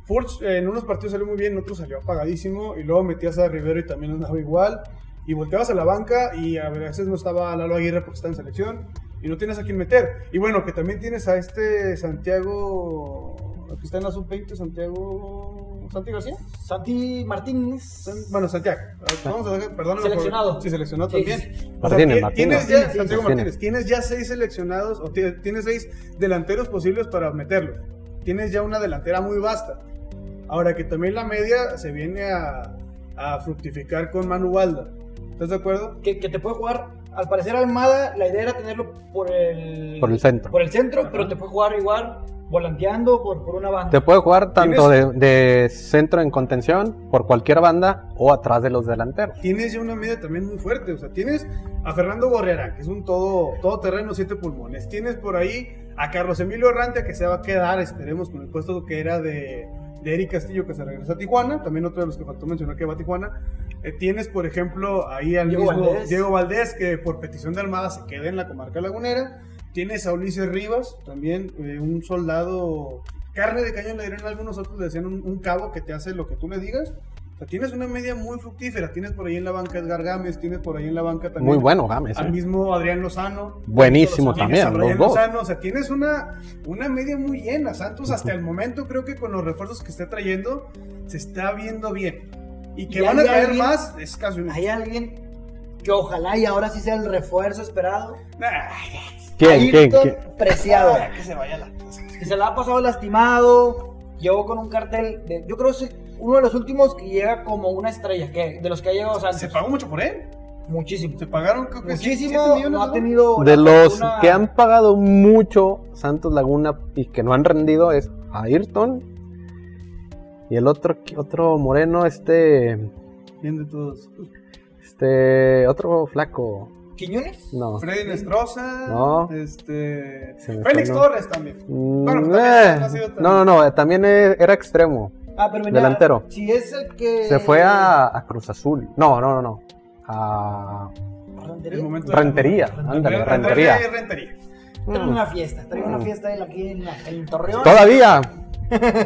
Furch eh, en unos partidos salió muy bien, en otros salió apagadísimo, y luego metías a Rivero y también andaba igual, y volteabas a la banca y a veces no estaba Lalo Aguirre porque está en selección, y no tienes a quién meter. Y bueno, que también tienes a este Santiago, que está en la sub-20, Santiago... ¿Santi García?
Santi Martínez.
San- Bueno, Santiago. Vamos a dejar, perdóname. por-
Seleccionado.
Sí, seleccionado
Sí,
también.
sí,
O sea,
Martínez,
ti-
Martínez.
Tienes ya,
Martínez,
Santiago
Martínez.
Martínez, tienes ya seis seleccionados, o ti- tienes seis delanteros posibles para meterlos. Tienes ya una delantera muy vasta. Ahora que también la media se viene a, a fructificar con Manu Valda. ¿Estás de acuerdo?
que, que te puede jugar. Al parecer Almada, la idea era tenerlo por el,
Por el centro.
por el centro, pero te puede jugar igual volanteando por, por una banda.
Te puede jugar tanto de, de centro en contención, por cualquier banda o atrás de los delanteros.
Tienes ya una media también muy fuerte. O sea, tienes a Fernando Gorriarán, que es un todo, todo terreno, siete pulmones. Tienes por ahí a Carlos Emilio Herrante, que se va a quedar, esperemos, con el puesto que era de, de Eric Castillo, que se regresa a Tijuana. También otro de los que faltó mencionar que va a Tijuana. Eh, tienes, por ejemplo, ahí al
Diego
mismo
Valdés.
Diego Valdés, que por petición de Almada se queda en la comarca lagunera. Tienes a Ulises Rivas, también eh, un soldado, carne de cañón, le dirán algunos otros, le decían un, un cabo que te hace lo que tú le digas. O sea, tienes una media muy fructífera. Tienes por ahí en la banca Edgar Gámez, tienes por ahí en la banca también.
Muy bueno, Gámez.
Al
¿eh?
mismo Adrián Lozano.
Buenísimo
Tienes a
también,
Brian
los dos.
Lozano, o sea, tienes una, una media muy llena. Santos hasta el momento creo que con los refuerzos que está trayendo se está viendo bien. Y que
Y
van a
hay
caer
alguien-
más es casi un...
Hay alguien que ojalá y ahora sí sea el refuerzo esperado.
Ay,
¿Quién, quién,
Ayrton
quién?
Preciado.
ya que se vaya la cosa.
Que se la ha pasado lastimado. Llegó con un cartel. de- yo creo que es uno de los últimos que llega como una estrella. Que, de los que ha llegado
Se
Santos.
pagó mucho por él.
Muchísimo.
Se pagaron creo que
Muchísimo.
siete millones,
No ha
¿no?
tenido.
De
la
los
fortuna-
que han pagado mucho Santos Laguna y que no han rendido es Ayrton. Y el otro, otro moreno, este.
Bien de todos.
Este. Otro flaco.
¿Quiñones?
No.
Freddy Nestroza.
No.
Este.
Se me
Félix
fue, ¿no?
Torres también.
Mm,
Bueno, también
eh,
ha sido tan-
no, no, no, eh, también eh, era extremo.
Ah, pero venía-
Delantero.
Si es el que.
Se fue a, a Cruz Azul. No, no, no, no. A
El
Rentería.
momento de-
Rentería. Ándale, Rentería.
Rentería.
Trae
Mm.
una fiesta, trae una
Mm.
fiesta él aquí en, la- en Torreón.
Todavía.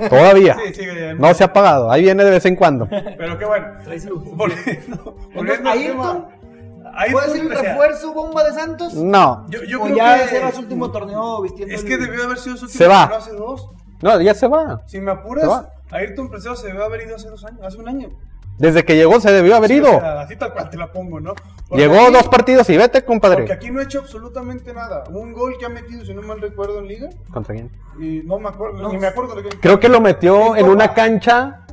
Todavía.
Sí, sí, eh,
No se ha pagado. Ahí viene de vez en cuando.
Pero qué bueno.
Trae su-
Volviendo, volviendo al
Ayrton
tema, Ayrton
puede ser el
Preciado.
refuerzo bomba de Santos.
No.
Yo, yo
o
creo
ya
que
será su último torneo vistiendo.
Es
el-
que debió haber sido su último
Se va.
torneo hace dos.
No, ya se va.
Si me
Se
apuras,
va.
Ayrton Preciado se debió haber ido hace dos años, hace un año.
Desde que llegó se debió haber ido.
O sea, así tal cual te la pongo, ¿no? Porque
Llegó
aquí-
dos partidos y vete,
Porque
compadre.
aquí no ha hecho absolutamente nada. Un gol que ha metido, si no mal recuerdo, en liga.
¿Contra quién?
Y no me acuerdo, ni me acuerdo de quién.
Creo que lo metió en una cancha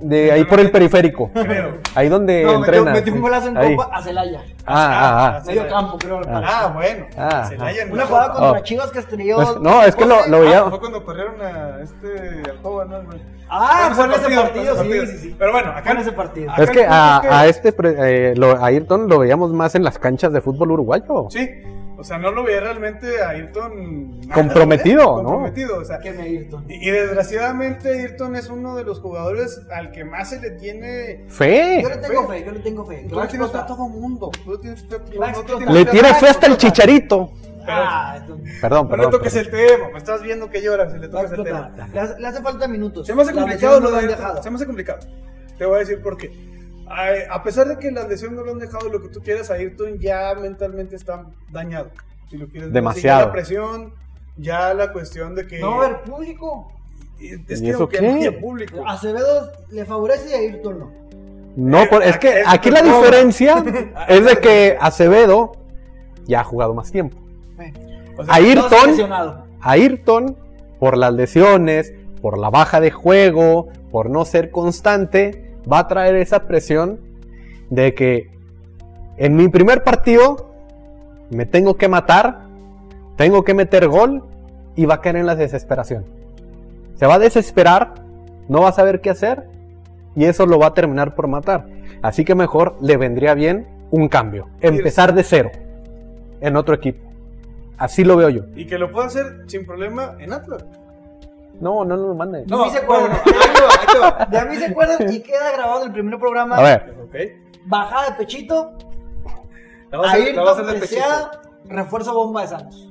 de Eh, ahí por el periférico.
Creo.
Ahí donde
No, metió-
entrena.
Metió un golazo en
Ahí.
copa a Celaya.
Ah, ah, ah.
Medio campo, creo. al parecer.
Ah, bueno.
Ah,
Celaya en
Una
la
jugada
Copa.
contra
Oh.
Chivas
No,
Pues,
Castellón.
es- No, es que lo, lo
Ah,
veía.
fue cuando corrieron a este Alcoba, ¿no?
Ah, fue en ese partido,
fue en ese
sí, sí, sí.
Pero bueno,
Acá
acá
en ese partido.
Ah.
Es que a, a este pre- eh, lo- a Ayrton lo veíamos más en las canchas de fútbol uruguayo.
Sí, o sea, no lo veía realmente a Ayrton nada,
Comprometido,
¿verdad?
¿no?
Comprometido, o sea.
Que me Ayrton.
Y, y desgraciadamente Ayrton es uno de los jugadores al que más se le tiene...
Fe.
Yo le tengo fe, yo le tengo fe. Que
Tú
va a
le tienes fe
explotar
a todo mundo. Tú le tienes fe- no- no te tienes
Le
fe-
tiene fe hasta el chicharito.
Ah, esto-
Perdón,
Pero no
perdón.
toques
perdón.
el tema, me estás viendo que lloras si le
Va a
tocas el tema.
explotar. Le hace, le hace falta minutos.
Se me hace
Las
complicado
lesiones no
lo de
lo han
Ayrton,
dejado.
Se me hace complicado. Te voy a decir por qué. Ay, A pesar de que las lesiones no lo han dejado lo que tú quieras, Ayrton ya mentalmente está dañado. Si lo quieres ver así, ya
Demasiado.
la presión, ya la cuestión de que.
No va a haber público.
Es
¿Y
que
eso
aunque no
qué?
haya público.
Ah, Acevedo le favorece y Ayrton no.
No, por- es que
Eh, es que
aquí la
no.
diferencia es de que Acevedo ya ha jugado más tiempo.
O sea,
Todo
Ayrton,
seleccionado.
Ayrton, por las lesiones, por la baja de juego, por no ser constante, va a traer esa presión de que en mi primer partido me tengo que matar, tengo que meter gol y va a caer en la desesperación. Se va a desesperar, no va a saber qué hacer y eso lo va a terminar por matar. Así que mejor le vendría bien un cambio, empezar de cero en otro equipo. Así lo veo yo.
Y que lo pueda hacer sin problema en Atlas.
No, no lo mande.
De mí se acuerdan. De a mí se acuerdan y queda grabado en el primer programa.
A ver,
Ok.
Bajada de pechito,
La vas a hacer, la vas a
Ayrton
hacer de
Preciado, refuerzo bomba de Santos.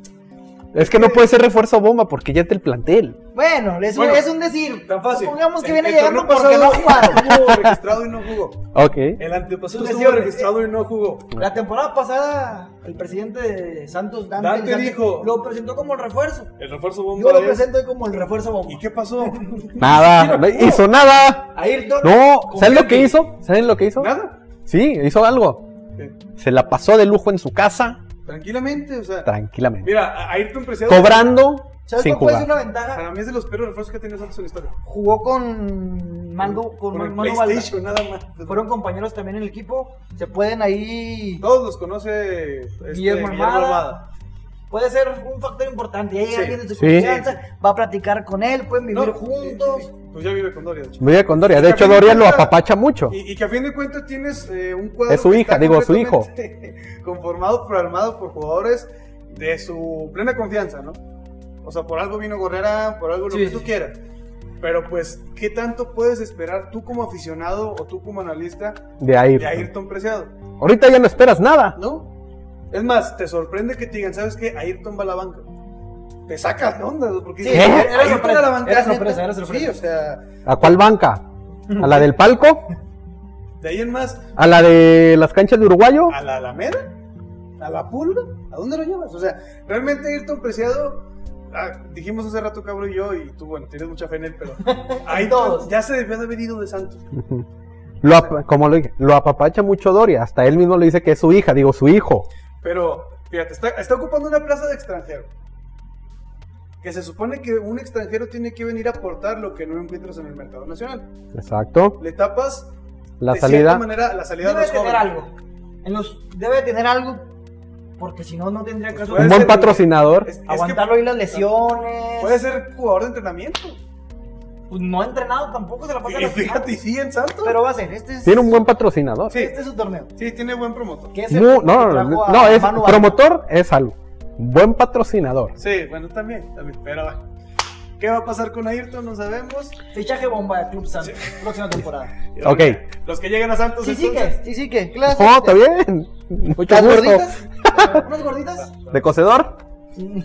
es que no puede ser refuerzo bomba porque ya te el plantel.
Bueno, es un,
Bueno,
es un decir.
Tan fácil.
Supongamos que
El-
viene
el
llegando
torneo
porque no
pasado
jugaron.
Estuvo registrado y no jugó.
Ok.
El antepasado
Sus
estuvo
lesiones.
registrado y no jugó.
La temporada pasada, el presidente de Santos, Dante,
Dante
Elizalde,
dijo-
lo presentó como el refuerzo.
El refuerzo
Yo
bomba
lo
es-
presento hoy como el refuerzo bomba.
¿Y qué pasó?
Nada, no hizo nada.
Ayrton,
No, ¿saben
confía
lo que hizo? ¿Saben lo que hizo?
Nada.
Sí, hizo algo.
Eh,
Se la pasó de lujo en su casa,
Tranquilamente, o sea.
tranquilamente.
Mira, a- Ayrton Preciado
Cobrando
¿Sabes
sin
cuál puede ser una
jugar.
ventaja?
para mí es de los peores refuerzos que ha tenido Santos en la historia.
Jugó con Mando, con
Con el
Manu Valdés.
PlayStation, nada más.
Fueron compañeros también en el equipo. Se pueden ahí.
Todos los conoce este,
Guillermo
Guillermo
Almada.
Almada.
Puede ser un factor importante. Y hay
Sí.
alguien de su
Sí.
confianza. Va a platicar con él. Pueden vivir
No,
juntos.
eh, Pues ya vive con Doria, de hecho.
Voy a con Doria. De hecho, Doria lo apapacha mucho.
Y, y que a fin de cuentas tienes eh, un cuadro.
Es su
que
hija,
está
digo, su hijo.
completamente Conformado, por armado por jugadores de su plena confianza, ¿no? O sea, por algo vino Gorrera, por algo lo
Sí,
que
sí.
tú quieras. Pero pues, ¿qué tanto puedes esperar tú como aficionado o tú como analista
De
de
Ayrton.
Ayrton Preciado?
Ahorita ya no esperas nada.
¿No? Es más, te sorprende que te digan, ¿sabes qué? Ayrton va a la banca. Te sacas de onda, ¿no? porque
Sí,
dices,
era
"Ayrton
sorpresa,
a la banca,
era
¿neta?".
sorpresa, era sorpresa.
Sí, o sea,
¿A cuál banca? ¿A la del palco?
de ahí en más,
¿A la de las canchas de Uruguayo?
¿A la Alameda? ¿A la Pulga? ¿A dónde lo llevas? O sea, realmente Ayrton Preciado, ah, dijimos hace rato, cabrón y yo, y tú, bueno, tienes mucha fe en él, pero Ayrton
Todos.
ya se debió de haber ido de Santos.
Lo ap- como lo dije, lo apapacha mucho Doria. Hasta él mismo le dice que es su hija, digo, su hijo.
Pero, fíjate, está, está ocupando una plaza de extranjero. Que se supone que un extranjero tiene que venir a aportar lo que no encuentras en el mercado nacional.
Exacto.
Le tapas
La
de cierta
salida.
manera la salida de
Debe
los
tener
jóvenes.
algo. En los, debe tener algo. Porque si no, no tendría caso.
Pues puede
Un
ser-
buen patrocinador.
Es- es que
aguantarlo ahí las lesiones.
Puede ser jugador de entrenamiento.
Pues no ha entrenado tampoco. Se la pasa
Y
lastimado.
fíjate, y sí, en Santos.
Pero va a ser. Este es,
Tiene un buen patrocinador.
Sí,
este es su torneo.
sí, tiene buen promotor.
Que es el
Mu-
que
no, no,
trajo a
no, es
Manu Valdés.
promotor, es algo. Buen patrocinador.
Sí, bueno, también, también, pero bueno. ¿Qué va a pasar con Ayrton? No sabemos.
Fichaje bomba de Club Santos. Próxima temporada.
Y
Ok.
ahora, Los que llegan a Santos.
Sí, sí que.
entonces,
Sí, sí que. Clase.
Oh, está bien. Mucho
eh. ¿Las
gusto.
gorditas? ¿Unas gorditas?
¿De cocedor?
Bueno,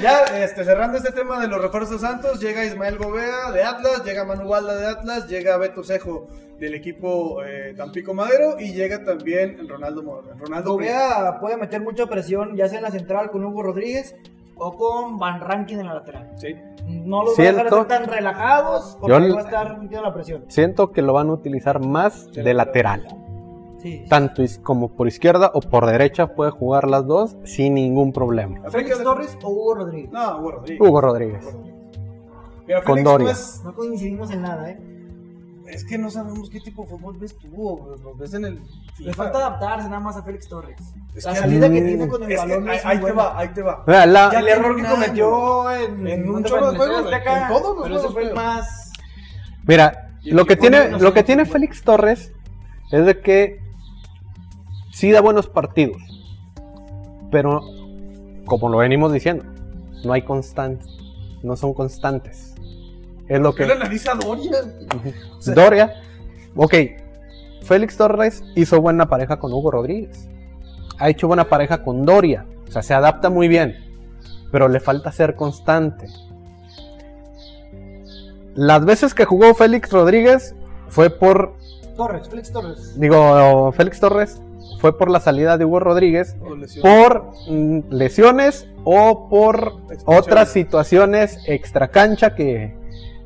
ya este, cerrando este tema de los refuerzos de Santos, llega Ismael Gobea de Atlas, llega Manu Valda de Atlas, llega Beto Cejo del equipo eh, Tampico Madero y llega también Ronaldo Mor- Ronaldo Prieto.
Gobea puede meter mucha presión, ya sea en la central con Hugo Rodríguez o con Van Rankin en la lateral.
Sí.
No los va a dejar
Cierto.
estar tan relajados porque
Yo-
ahí va a estar metiendo la presión.
Siento que lo van a utilizar más de lateral.
Sí.
Tanto is- como por izquierda o por derecha puede jugar las dos sin ningún problema.
Félix Torres o Hugo Rodríguez.
No, Hugo Rodríguez.
Hugo Rodríguez.
Mira,
con
Félix no
Doria.
es,
No coincidimos en nada, ¿eh?
es que no sabemos qué tipo de fútbol ves tú, o los ves en el.
Le falta adaptarse nada más a Félix Torres.
Es
la
que-
salida que
Mm.
tiene con el
Es que
balón no
ahí,
es
ahí
muy
te
buena.
va, ahí te va.
Mira, la-
Ya
El error que
tiene un año.
cometió en,
En un
no te
chorro de
acuerdas,
juegos,
Azteca,
en todos los
pero eso
juegos,
fue
creo.
más
Mira,
Y el
lo que
equipo no
tiene,
nos
lo que
hizo
tiene
jugar.
Félix Torres es de que sí da buenos partidos, pero como lo venimos diciendo, no hay constantes, no son constantes. Es lo que
Pero analiza a Doria.
Doria, ok, Félix Torres hizo buena pareja con Hugo Rodríguez, ha hecho buena pareja con Doria, o sea, se adapta muy bien, pero le falta ser constante. Las veces que jugó Félix Rodríguez fue por
Torres, Félix Torres.
digo, Félix Torres fue por la salida de Hugo Rodríguez
O lesión.
por mm, lesiones o por otras situaciones extracancha que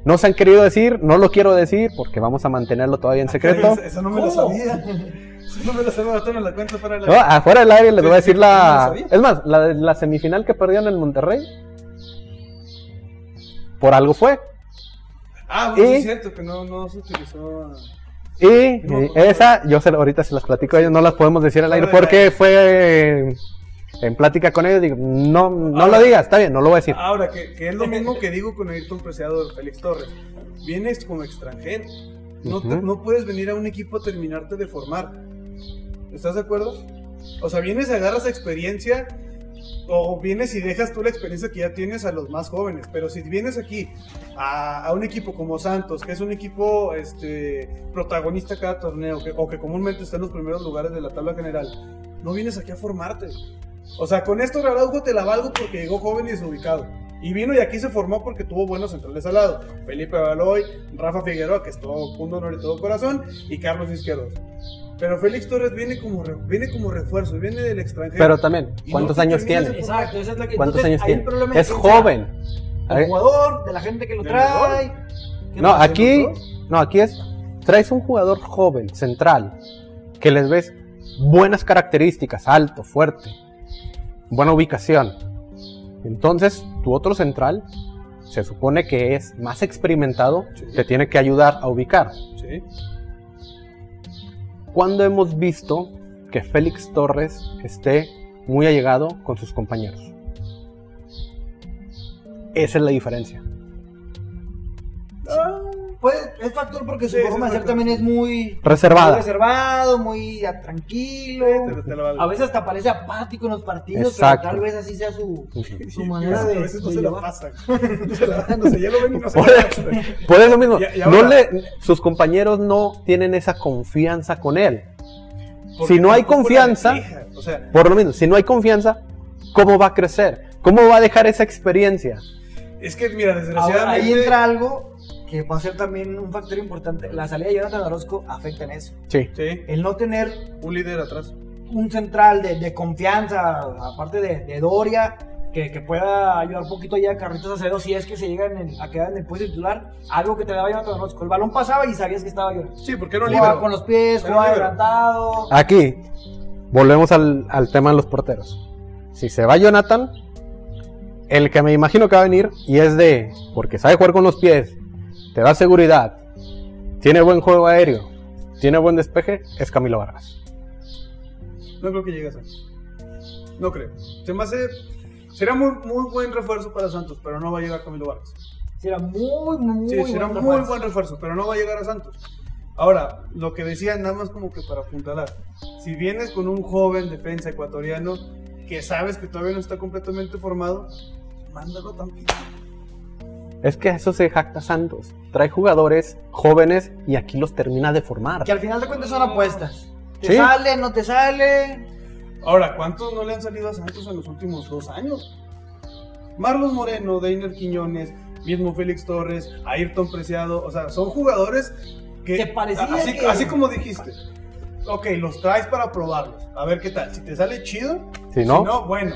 no se han querido decir, no lo quiero decir porque vamos a mantenerlo todavía en
Ah,
secreto. Ah,
Eso, no me lo sabía. Eso no me lo sabía, ahorita me la cuento fuera de
No,
la.
afuera del aire les voy a decir la.
No lo sabía.
Es más, la, la semifinal que perdieron en Monterrey. Por algo fue.
Ah, bueno, sí
¿Y?
es cierto que no, no se utilizó.
Y eh, esa, yo se, ahorita se las platico a ellos, no las podemos decir al aire porque fue eh, en plática con ellos. Digo, no,
Ah,
no lo digas, está bien, no lo voy a decir.
Ahora, que, que es lo mismo que digo con Ayrton Preciado Félix Torres. Vienes como extranjero. No, te-
Ujú.
no puedes venir a un equipo a terminarte de formar. ¿Estás de acuerdo? O sea, vienes, agarras experiencia. O vienes y dejas tú la experiencia que ya tienes a los más jóvenes. Pero si vienes aquí a, a un equipo como Santos, que es un equipo este, protagonista cada torneo, que- o que comúnmente está en los primeros lugares de la tabla general, no vienes aquí a formarte. O sea, con esto Araujo te la valgo porque llegó joven y desubicado. Y vino y aquí se formó porque tuvo buenos centrales al lado. Felipe Baloy, Rafa Figueroa, que es todo un honor y todo corazón, y Carlos Izquierdos. Pero Félix Torres viene como, re- viene como refuerzo, viene del extranjero.
Pero también, ¿cuántos
eh, Y no te
años
terminas de
tiene?
Exacto, esa es la que.
¿Cuántos
entonces,
años
ahí el
tiene?
problema
Es
quién será.
joven.
El jugador, de la gente que lo
Del
trae. ¿Qué
No,
más?
aquí, no, aquí es, traes un jugador joven, central, que les ves buenas características, alto, fuerte, buena ubicación. Entonces, tu otro central se supone que es más experimentado, te tiene que ayudar a ubicar.
Sí.
¿Cuándo hemos visto que Félix Torres esté muy allegado con sus compañeros? Esa es la diferencia.
Ah,
Pues es factor porque su
Sí,
forma
sí,
de
factor.
ser también es muy muy
Reservada.
reservado, muy ah, tranquilo.
Te, te la valgo.
A veces hasta parece apático en los partidos,
Exacto.
pero tal vez así sea su, su
Y
manera de.
a veces no
de
se la
llevar.
pasan. No se la dan, o sea, ya lo ven y no se la
Por,
pasan.
por eso mismo,
Y- y
no
ahora-
le- sus compañeros no tienen esa confianza con él.
Porque
Si no hay
tampoco la
confianza-
deja, O sea,
Por lo menos, si no hay confianza, ¿cómo va a crecer? ¿Cómo va a dejar esa experiencia?
es que, mira, desgraciadamente.
Ahora, ahí entra algo que va a ser también un factor importante. La salida de Jonathan Orozco afecta en eso.
Sí.
Sí,
El no tener
un líder atrás.
un central de, de confianza, aparte de, de Doria, que, que pueda ayudar un poquito ya a Carlitos Acevedo si es que se llegan en- a quedar en el puesto titular, algo que te daba Jonathan Orozco. El balón pasaba y sabías que estaba yo.
Sí, porque era un líder.
Jugaba con los pies,
Era
jugaba
libero.
adelantado.
Aquí, volvemos al, al tema de los porteros. Si se va Jonathan, el que me imagino que va a venir, y es de, porque sabe jugar con los pies, te da seguridad, tiene buen juego aéreo, tiene buen despeje, es Camilo Vargas.
No creo que llegue a Santos. No creo. Se me hace. Será muy, muy buen refuerzo para Santos, pero no va a llegar Camilo Vargas.
Sí, Era muy, muy,
Sí,
muy
será
buen
un muy
refuerzo.
buen refuerzo, pero no va a llegar a Santos. Ahora, lo que decía, nada más como que para apuntalar. Si vienes con un joven defensa ecuatoriano que sabes que todavía no está completamente formado, mándalo también.
Es que a eso se jacta Santos. Trae jugadores jóvenes y aquí los termina de formar.
Que al final de cuentas son apuestas. ¿Te
Sí.
sale, no te sale?
Ahora, ¿cuántos no le han salido a Santos en los últimos dos años? Marlos Moreno, Deiner Quiñones, mismo Félix Torres, Ayrton Preciado, o sea, son jugadores que...
Que parecía
a- así,
que-
así como dijiste. Ok, los traes para probarlos, a ver qué tal. Si te sale chido,
Si no,
bueno.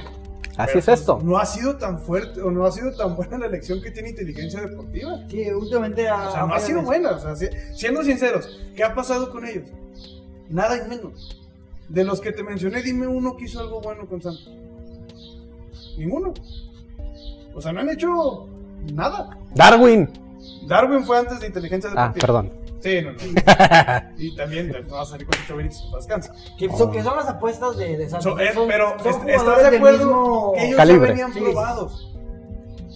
así
Pero,
es esto.
pues, No ha sido tan fuerte o no ha sido tan buena la elección que tiene inteligencia deportiva.
Sí, últimamente a-
O
Ah,
sea, no ha sido buena. o sea, si- siendo sinceros, ¿qué ha pasado con ellos? Nada y menos. De los que te mencioné, dime uno que hizo algo bueno con Santos. Ninguno. O sea, no han hecho nada.
Darwin.
Darwin fue antes de inteligencia
Ah,
deportiva.
perdón.
Sí, no, no. y también te vas a salir con Chaviritos en paz descanse.
Que son, que son las apuestas de, de Santos.
So, es-
Son-
pero
son
est-
jugadores
¿estás de
del
acuerdo
mismo-
que ellos
Calibre.
ya venían
Sí.
probados?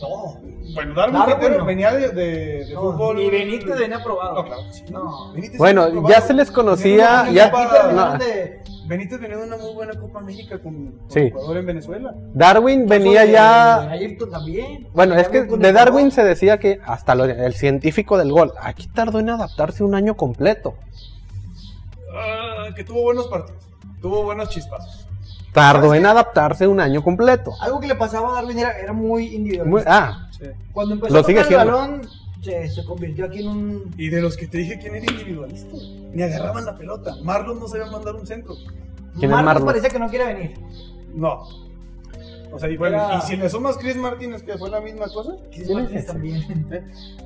No.
Bueno, Darwin,
Darwin
Quintero
no.
venía de, de- de
No,
fútbol.
ni Benítez venía probado.
No, claro que sí.
No.
Benítez venía
Bueno, ya
probado.
se les
Tenía
conocía.
una
Ah, ya-
Copa-
no,
Terminaron de-
Benítez venía de una muy buena Copa América con, con
Sí.
Ecuador en Venezuela.
Darwin venía
de-
ya.
de Ayrton también.
Bueno, es que
También con
de
el
Darwin
jugador.
se decía que hasta lo- el científico del gol. Aquí tardó en adaptarse un año completo.
Ah, que tuvo buenos partidos. Tuvo buenos chispazos.
Tardó en adaptarse un año completo.
Algo que le pasaba a Darwin era, era muy individual.
Muy- ah,
Cuando empezó
lo
a
sigue
tocar el
siendo.
balón, se, se convirtió aquí en un...
Y de los que te dije quién era individualista. Ni agarraban la pelota. Marlon no sabía mandar un centro.
¿Quién es
Marcos
Marlon?
parecía que no quiere venir.
No. O sea, y bueno,
Era-
y si le sumas Chris Martínez, que fue la misma cosa.
Chris Martínez también.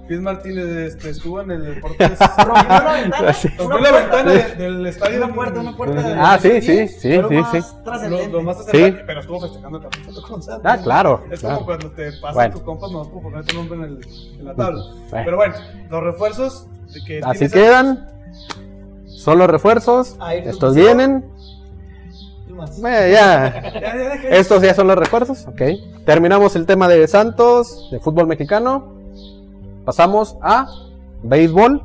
Chris Martínez este, estuvo en el Deportes.
Rompió una ventana.
Rompió la ventana de- del estadio.
Una puerta, una puerta. de-
Ah, sí, sí, sí,
Pero
sí,
más
sí.
Lo,
trascendente.
lo más
Sí.
acercante, pero estuvo festejando el campeonato con Santos.
Ah, claro.
Es
claro.
como cuando te pasan
Bueno.
tus compas, no, por poner tu nombre en, el- en la tabla.
Bueno.
Pero bueno, los refuerzos de que
Así
tiene Santos-
quedan. Son los refuerzos.
Ayrton
Estos
Lucero.
vienen.
¿Qué más?
Eh, ya.
Ya, ya, deja-
Estos ya son los refuerzos. Ok. Terminamos el tema de Santos, de fútbol mexicano. Pasamos a béisbol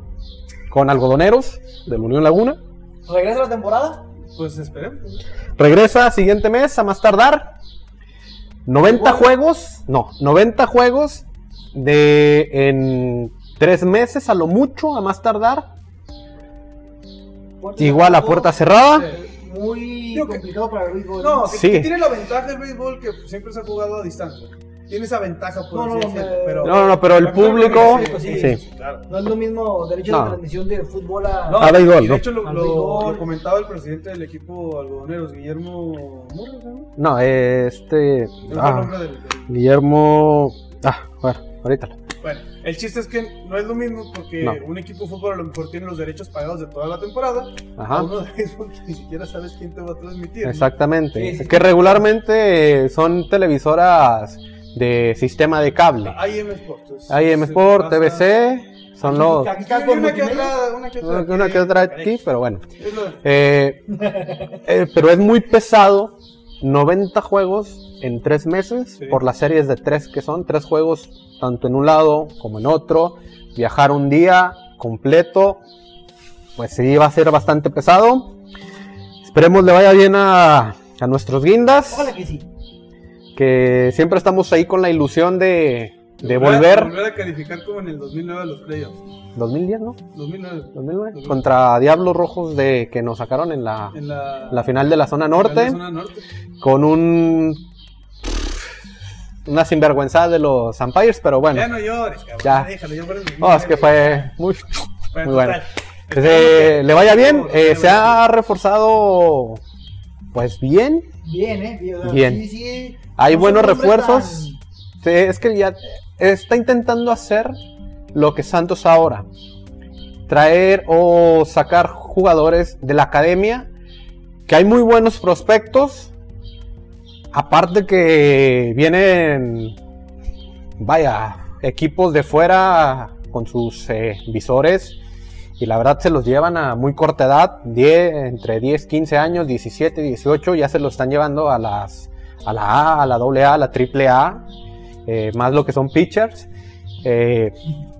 con algodoneros de la Unión Laguna.
¿Regresa la temporada?
Pues esperemos.
Regresa siguiente mes, a más tardar. 90 juegos, no, 90 juegos de en tres meses a lo mucho, a más tardar.
Puerta
Igual a
cerrada.
puerta cerrada.
Muy
Yo que-
complicado para Luis Gómez.
No,
Sí.
sí. que tiene la ventaja el béisbol que siempre se ha jugado a distancia. Tiene esa ventaja, por
No, no,
así decirlo,
me-
pero...
No, no, no, pero el público.
Sí,
Sí.
sí, claro.
No es lo mismo derecho
No.
de transmisión de fútbol a.
No,
A béisbol,
y de
¿no?
hecho, lo,
A
lo-
béisbol.
lo comentaba el presidente del equipo algodoneros, Guillermo Murro, ¿no?
No, eh, este.
No sé el
ah,
nombre del- del-
Guillermo. Ah, bueno, ahorita.
Bueno, el chiste es que no es lo mismo porque
No.
un equipo de fútbol a lo mejor tiene los derechos pagados de toda la temporada. A
Ajá.
uno de béisbol que ni siquiera sabes quién te va a transmitir. ¿no?
Exactamente.
Sí, sí,
Es que regularmente eh, son televisoras de sistema de cable.
La IM Sports. es-
AM
es-
Sport,
pasa-
TBC, son los.
Aquí
Sí,
estás por
una que
multimedia.
otra, una que otra.
Una que otra aquí, pero bueno.
Es lo-
Eh, eh, pero es muy pesado. 90 juegos en 3 meses
Sí.
por las series de 3 que son. 3 juegos tanto en un lado como en otro. Viajar un día completo. Pues sí, va a ser bastante pesado. Esperemos le vaya bien a, a nuestros guindas.
Ojalá que sí.
Que siempre estamos ahí con la ilusión de, de volver.
Volver a calificar como en el 2009 a los playoffs.
2010, ¿no?
2009.
2009. Contra Diablos Rojos de que nos sacaron en la,
En la,
la final de la zona norte.
en la zona norte.
con un una sinvergüenza de los umpires, pero bueno.
Ya no llores, cabrón.
Ya.
Déjalo, ya fueron los
No, es que
2009.
fue muy,
Bueno,
muy bueno.
total.
Que se- le vaya bien,
Todo,
eh,
todo
se ha reforzado pues bien.
Bien, ¿eh? Bien. o sea,
Bien.
sí, sí.
Hay
No
buenos
son nombres
refuerzos.
tan-
Sí, es que ya está intentando hacer lo que Santos ahora. Traer o sacar jugadores de la academia. Que hay muy buenos prospectos. Aparte que vienen, vaya, equipos de fuera con sus eh, visores. Y la verdad se los llevan a muy corta edad. 10, entre 10, 15 años, 17, 18. Ya se los están llevando a las... A la A, a la AA, a la AAA eh, más lo que son pitchers, eh,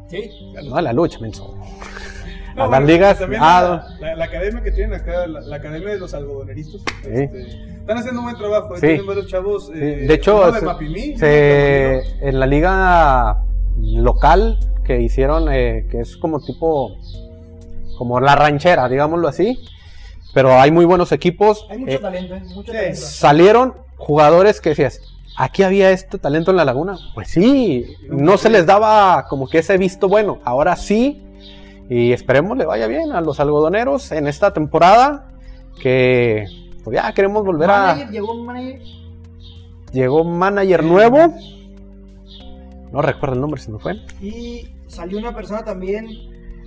Sí.
no a la lucha, menso.
No,
a las
bueno,
ligas.
también
ah,
la, la- la academia que tienen acá, la, la academia de los algodoneristas,
Sí.
este, están haciendo un buen trabajo. ahí
Sí.
Tienen varios chavos.
sí,
eh,
de hecho,
uno de
se-
Mapimí,
se- en la liga local que hicieron, eh, que es como tipo, como la ranchera, digámoslo así, pero hay muy buenos equipos.
Hay mucho
eh,
talento, ¿eh? Mucho
sí.
talento.
salieron jugadores que decías, aquí había este talento en la laguna. Pues sí, no se les daba como que ese visto bueno. Ahora sí, y esperemos le vaya bien a los algodoneros en esta temporada que pues ya queremos volver
Manager,
a...
llegó un manager.
Llegó un manager nuevo. No recuerdo el nombre, se me fue.
Y salió una persona también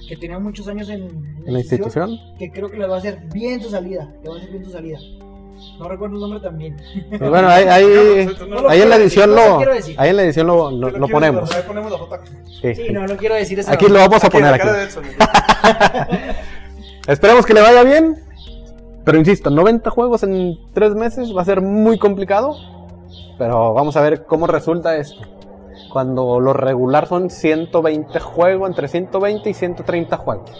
que tenía muchos años en,
En la institución.
Que creo que le va a hacer bien su salida. Le va a hacer bien su salida. No recuerdo el nombre también.
Y bueno, ahí, ahí, ahí en la edición lo, ahí en la edición lo, lo- lo
Te quiero
ponemos.
guardar, Ahí ponemos la foto.
Sí.
Sí, no, no quiero decir eso.
Aquí lo vamos a
Aquí en
poner
la
aquí.
cara de Edson.
Esperemos que le vaya bien. Pero insisto, 90 juegos en 3 meses va a ser muy complicado. Pero vamos a ver cómo resulta esto. Cuando lo regular son 120 juegos, entre 120 y 130 juegos.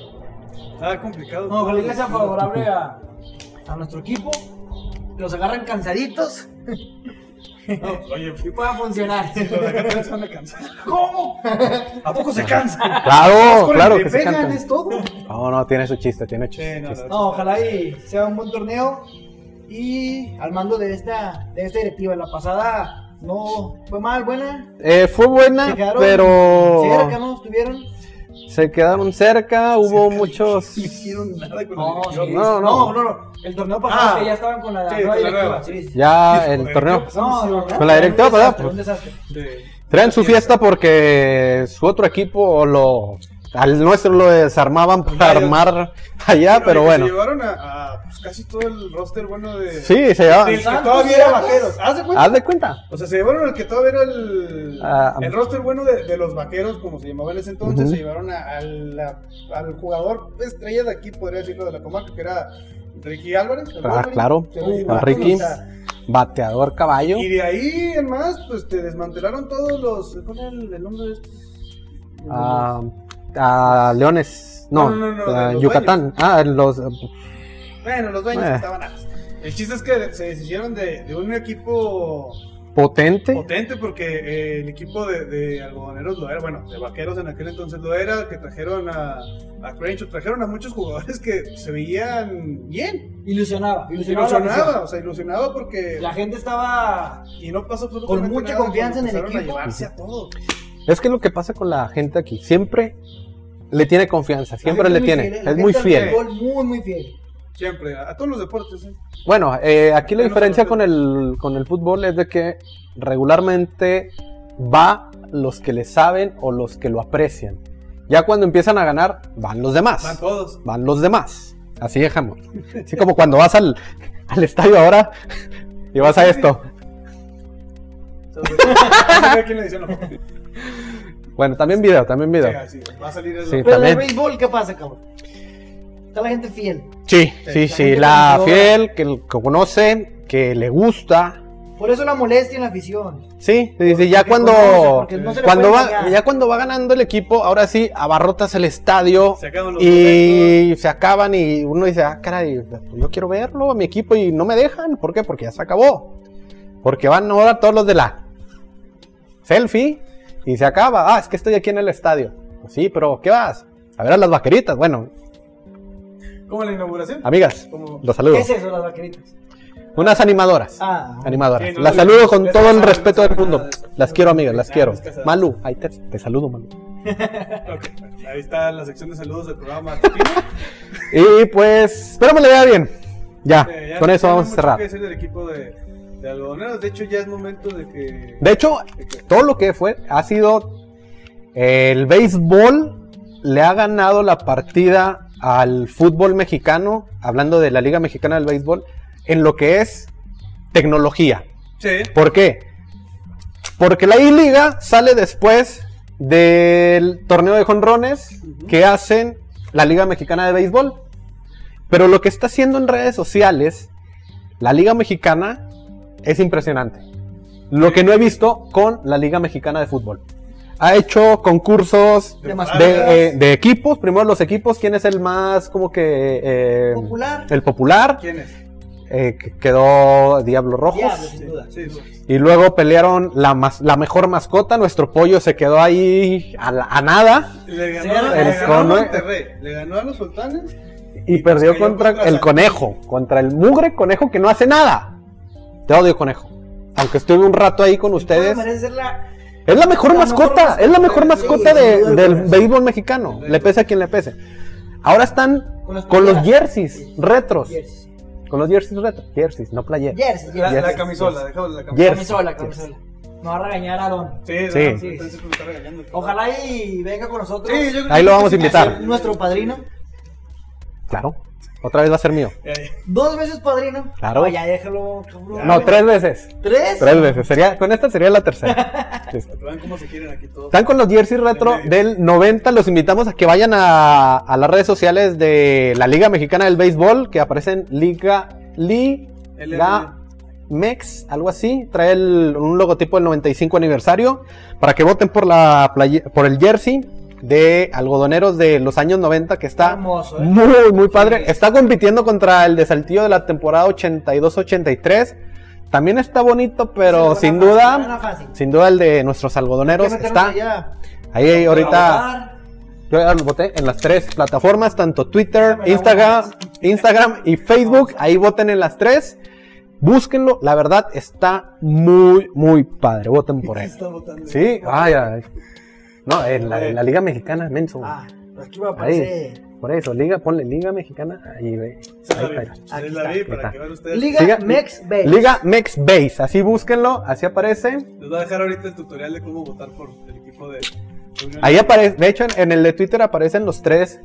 Está Ah, complicado.
No, ojalá que sea favorable a, a nuestro equipo. Los agarran cansaditos
No, oye,
y puedan funcionar.
los de acá también se van a cansar.
¿Cómo?
¿A poco se cansan?
Claro,
Con el
claro
que
que se
pegan,
canta.
Es todo.
No, no, tiene su chiste, tiene su
Sí, no,
chiste.
No, ojalá y sea un buen torneo. Y al mando de esta, de esta directiva, la pasada no fue mal, buena.
Eh, fue buena,
Se quedaron.
pero.
Se quedaron, que no estuvieron.
Se quedaron cerca, hubo muchos.
No hicieron nada con
No,
la
sí.
dirección.
No, no.
no, no, no. El torneo pasado
Ah.
que ya estaban con la
Sí,
nueva
con la
directiva.
nueva.
Sí, sí.
Ya el
Joder,
torneo.
¿qué
No, no, no.
Con la directiva,
Un desastre,
¿verdad?
un desastre.
Sí.
Traen su fiesta porque su otro equipo lo. Al nuestro lo desarmaban para armar allá,
Oye,
pero
que
bueno.
Se llevaron a, a, pues, casi todo el roster bueno de.
Sí, se llevaban.
Del que todavía era vaqueros. ¿Haz de cuenta?
Haz de cuenta.
O sea, se llevaron al que todavía era el,
Ah,
el roster bueno de, de los vaqueros, como se llamaba en ese entonces.
Ujú.
Se llevaron a- a la- al jugador estrella de aquí, podría decirlo, de la comarca, que era Ricky Álvarez. el
Ah,
Wolverine.
claro,
Se lo llevaron,
a Ricky.
o sea,
Bateador caballo.
y de ahí en más, pues te desmantelaron todos los. ¿Cuál era el, el nombre de este? estos?
A, a Leones. No,
No, no, no,
a
de los
Yucatán. Ah, los.
Bueno, los dueños
Eh.
que estaban antes. El chiste es que se deshicieron de, de un equipo
Potente.
potente porque eh, el equipo de, de algodoneros lo era, bueno, de vaqueros en aquel entonces lo era, que trajeron a, a Crenshaw, trajeron a muchos jugadores que se veían bien,
Ilusionaba, ilusionaba. la afición.
ilusionaba, o sea, ilusionaba porque...
La gente estaba.
Y no pasó absolutamente
Con mucha
nada
confianza
cuando
en el
empezaron
equipo.
a llevarse a todos.
Es que es lo que pasa con la gente aquí. Siempre le tiene confianza. Siempre
la
le
gente muy
tiene.
fiel, la
es muy
gente al
fiel.
fútbol Muy, muy fiel.
Siempre, a, a todos los deportes. ¿eh?
Bueno, eh, aquí la
Pero
diferencia con
nosotros-
el, con el fútbol es de que regularmente va los que le saben o los que lo aprecian. Ya cuando empiezan a ganar, van los
Van
demás.
todos.
Van los demás. Así dejamos. Así como cuando vas al, al estadio ahora y vas a esto.
No sé a quién le dicen, no.
Bueno, también video, también video.
Sí, así, va a salir eso.
Sí.
Pero en el
También.
béisbol, ¿qué pasa, cabrón? Está la gente fiel.
Sí, sí, sí.
gente
La
conocedora.
fiel que que conoce, que le gusta.
Por eso la molestia en la afición.
Sí, sí, sí, ya
Porque
cuando...
conoce, porque no se le
cuando
puede
va,
engañar.
ya cuando va ganando el equipo, ahora sí abarrotas el estadio
Se acaban los
y se acaban y uno dice, ah, caray, yo quiero verlo a mi equipo y no me dejan. ¿Por qué? Porque ya se acabó. Porque van ahora todos los de la selfie y se acaba. Ah, es que estoy aquí en el estadio. Pues sí, pero ¿qué vas? A ver a las vaqueritas. Bueno,
Como la inauguración.
amigas,
Como-
¿Qué
los saludo.
es eso, las vaqueritas?
Unas animadoras.
Ah,
Animadoras.
Sí, no,
las
no,
saludo
no,
con
no,
todo el
no,
respeto
no,
del
no,
mundo.
no, no,
Las
no,
quiero,
no,
amigas,
no,
las
no,
quiero.
no, no, no, no.
Malu, ahí te, te saludo, Malu.
Ok, Ahí está la sección de saludos del programa. matutino.
Y pues, espero me le vea bien. Ya,
Eh, ya
con
no
eso
tengo
vamos a
mucho
cerrar.
que decir del equipo de, de algodoneros. De hecho, ya es momento de que.
De hecho,
de que-
todo lo que fue ha sido el béisbol le ha ganado la partida al fútbol mexicano, hablando de la Liga Mexicana del Béisbol, en lo que es tecnología.
Sí.
¿Por qué? Porque la I-Liga sale después del torneo de jonrones que hacen la Liga Mexicana de Béisbol. Pero lo que está haciendo en redes sociales la Liga Mexicana es impresionante. Lo que no he visto con la Liga Mexicana de Fútbol. Ha hecho concursos
De
de,
Ah,
mascotas.
eh, de equipos. Primero los equipos, quién es el más como que... eh,
Popular.
El popular.
¿Quién es?
Eh, que quedó Diablo Rojo.
Diablo, sin duda.
Sí, sí.
Y luego pelearon la, mas- la mejor mascota. Nuestro pollo se quedó ahí a, la- a nada.
Le ganó,
Sí,
a-
el
le ganó a
cono, eh.
Monterrey, le ganó a los sultanes.
Y,
Y
perdió
pues cayó
contra,
contra
el
San-
conejo. Contra el mugre conejo que no hace nada. Te odio, conejo. Aunque estuve un rato ahí con ustedes.
Merece ser la-
Es la mejor
La
mascota,
mejor
es la mejor
mascota,
mascota
sí,
de-
sin duda
del
alguna.
béisbol mexicano. Le pese a quien le pese. Ahora están
Con las
con los
playeras.
jerseys retros.
Jerseys.
Con los jerseys retros. Jerseys, no player.
Jerseys.
La,
jerseys.
la camisola, dejamos la camisola.
Jerseys.
Camisola, camisola. No va a regañar a Don.
Sí,
Sí.
sí. Entonces me está regañando.
Ojalá y venga con nosotros.
Sí, yo creo
Ahí
que
lo vamos a
sí.
invitar.
Nuestro padrino.
Claro. Otra vez va a ser mío.
Ya, ya.
Dos veces padrino.
Claro.
No, ya déjalo, cabrón.
No, tres veces.
¿Tres?
Tres veces. Sería, con esta sería la tercera. Listo.
Vean cómo se quieren aquí todos.
Están con los jerseys retro del 90. Los invitamos a que vayan a, a las redes sociales de la Liga Mexicana del Béisbol, que aparecen Liga Liga Mex, algo así. Trae el- un logotipo del 95 aniversario para que voten por la playe- por el jersey de algodoneros de los años 90 que está
Hermoso, ¿eh?
muy muy padre.
Sí.
Está compitiendo contra el de Saltillo de la temporada 82-83. También está bonito, pero
Se
sin
lo
duda,
gana fácil, se
sin duda el de
lo
nuestros
gana
algodoneros
fácil.
está
Hay que meternos allá,
ahí ahorita.
colaborar.
Yo ya lo voté en las tres plataformas, tanto Twitter,
Dame la
Instagram, Instagram y Facebook. Ahí voten en las tres. Búsquenlo, la verdad está muy, muy padre. Voten por ah, él.
Está votando.
Sí, ay, ay. No, en la, en la Liga Mexicana, menso.
Ah, aquí me aparece.
Por eso, Liga, ponle Liga Mexicana. Ahí, güey.
Se la
Ahí
vi,
está.
se
Aquí
la vi
está, aquí
para que
está.
vean ustedes.
Liga
Pues, Siga-
Mex Base.
Liga Mex Base, así búsquenlo, así aparece.
Les voy a dejar ahorita el tutorial de cómo votar por el equipo de Unión.
Ahí aparece, de hecho, en, en el de Twitter aparecen los tres,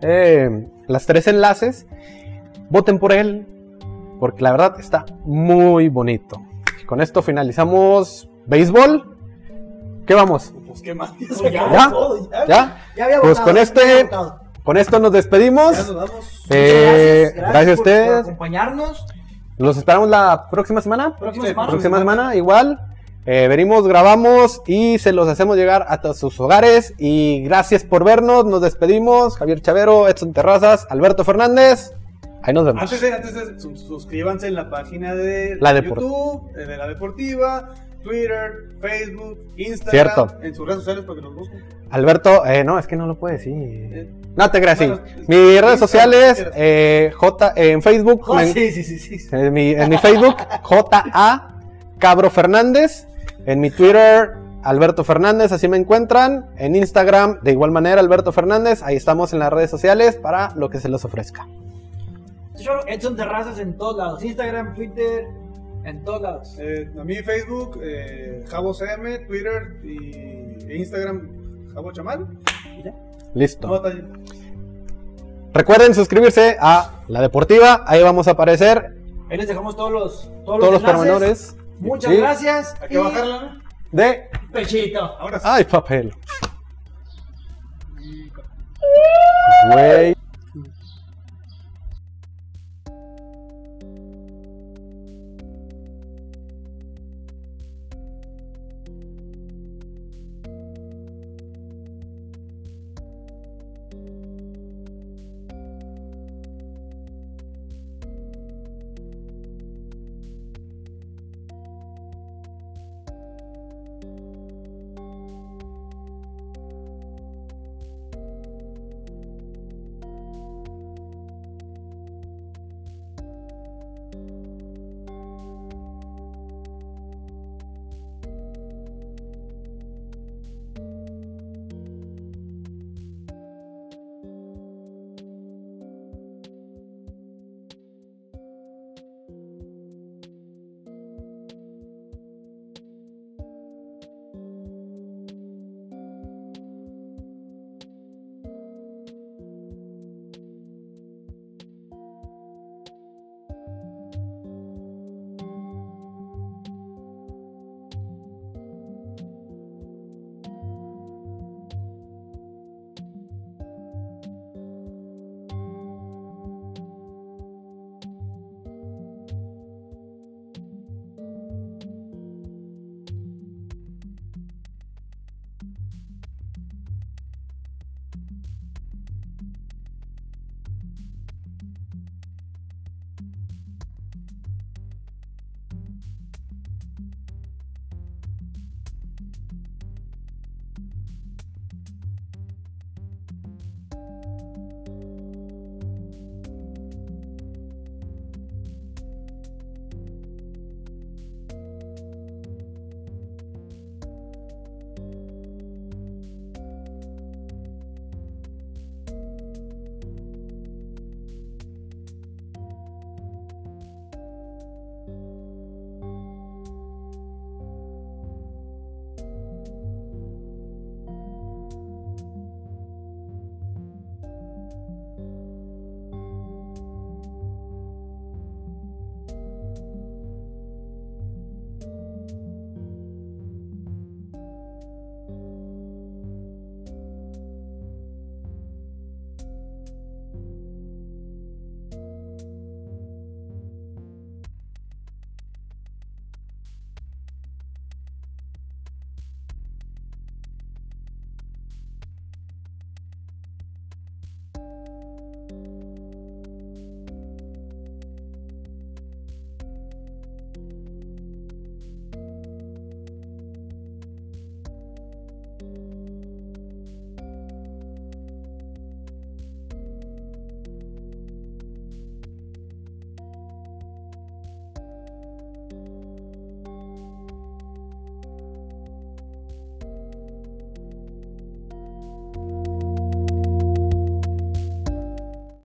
eh, las tres enlaces. Voten por él, porque la verdad está muy bonito. Y con esto finalizamos béisbol. ¿Qué vamos?
Pues qué más.
¿Ya? ¿Ya?
Ya había
Pues
votado,
con
ya
este-
había votado.
Con esto nos
Ya nos
despedimos.
vamos.
Eh, gracias, a
por- por
ustedes.
acompañarnos.
Los esperamos la próxima semana.
Próxima
Sí,
semana.
Próxima semana, igual. Eh, venimos, grabamos y se los hacemos llegar hasta sus hogares. Y gracias por vernos. Nos despedimos. Javier Chavero, Edson Terrazas, Alberto Fernández. Ahí nos vemos.
Antes de, antes de- su- suscríbanse en la página de
La Depor-
YouTube, eh, de la deportiva, Twitter, Facebook, Instagram,
Cierto.
en sus redes sociales para que nos busquen.
Alberto, eh, no, es que no lo puede decir.
Eh,
No te creas, sí.
bueno, es-
Mis redes
Instagram,
sociales,
si quieres.
eh, J, eh, en Facebook.
Oh,
me-
sí, sí, sí, sí.
En mi, en mi Facebook, J.A. Cabro Fernández. En mi Twitter, Alberto Fernández, así me encuentran. En Instagram, de igual manera, Alberto Fernández. Ahí estamos en las redes sociales para lo que se les ofrezca.
Yo, Edson Terrazas en todos lados. Instagram, Twitter, en todos lados.
Eh, a mí Facebook, eh, Javo CM, Twitter y e Instagram, Javo Chamal. No,
Listo.
batalla.
Recuerden suscribirse a La Deportiva. Ahí vamos a aparecer
Ahí les dejamos todos los todos,
todos los
enlaces.
pormenores.
Muchas
Sí.
gracias.
Hay
y
que bajarla, ¿no?
De.
Pechito.
Ahora sí.
¡Ay, papel! Güey.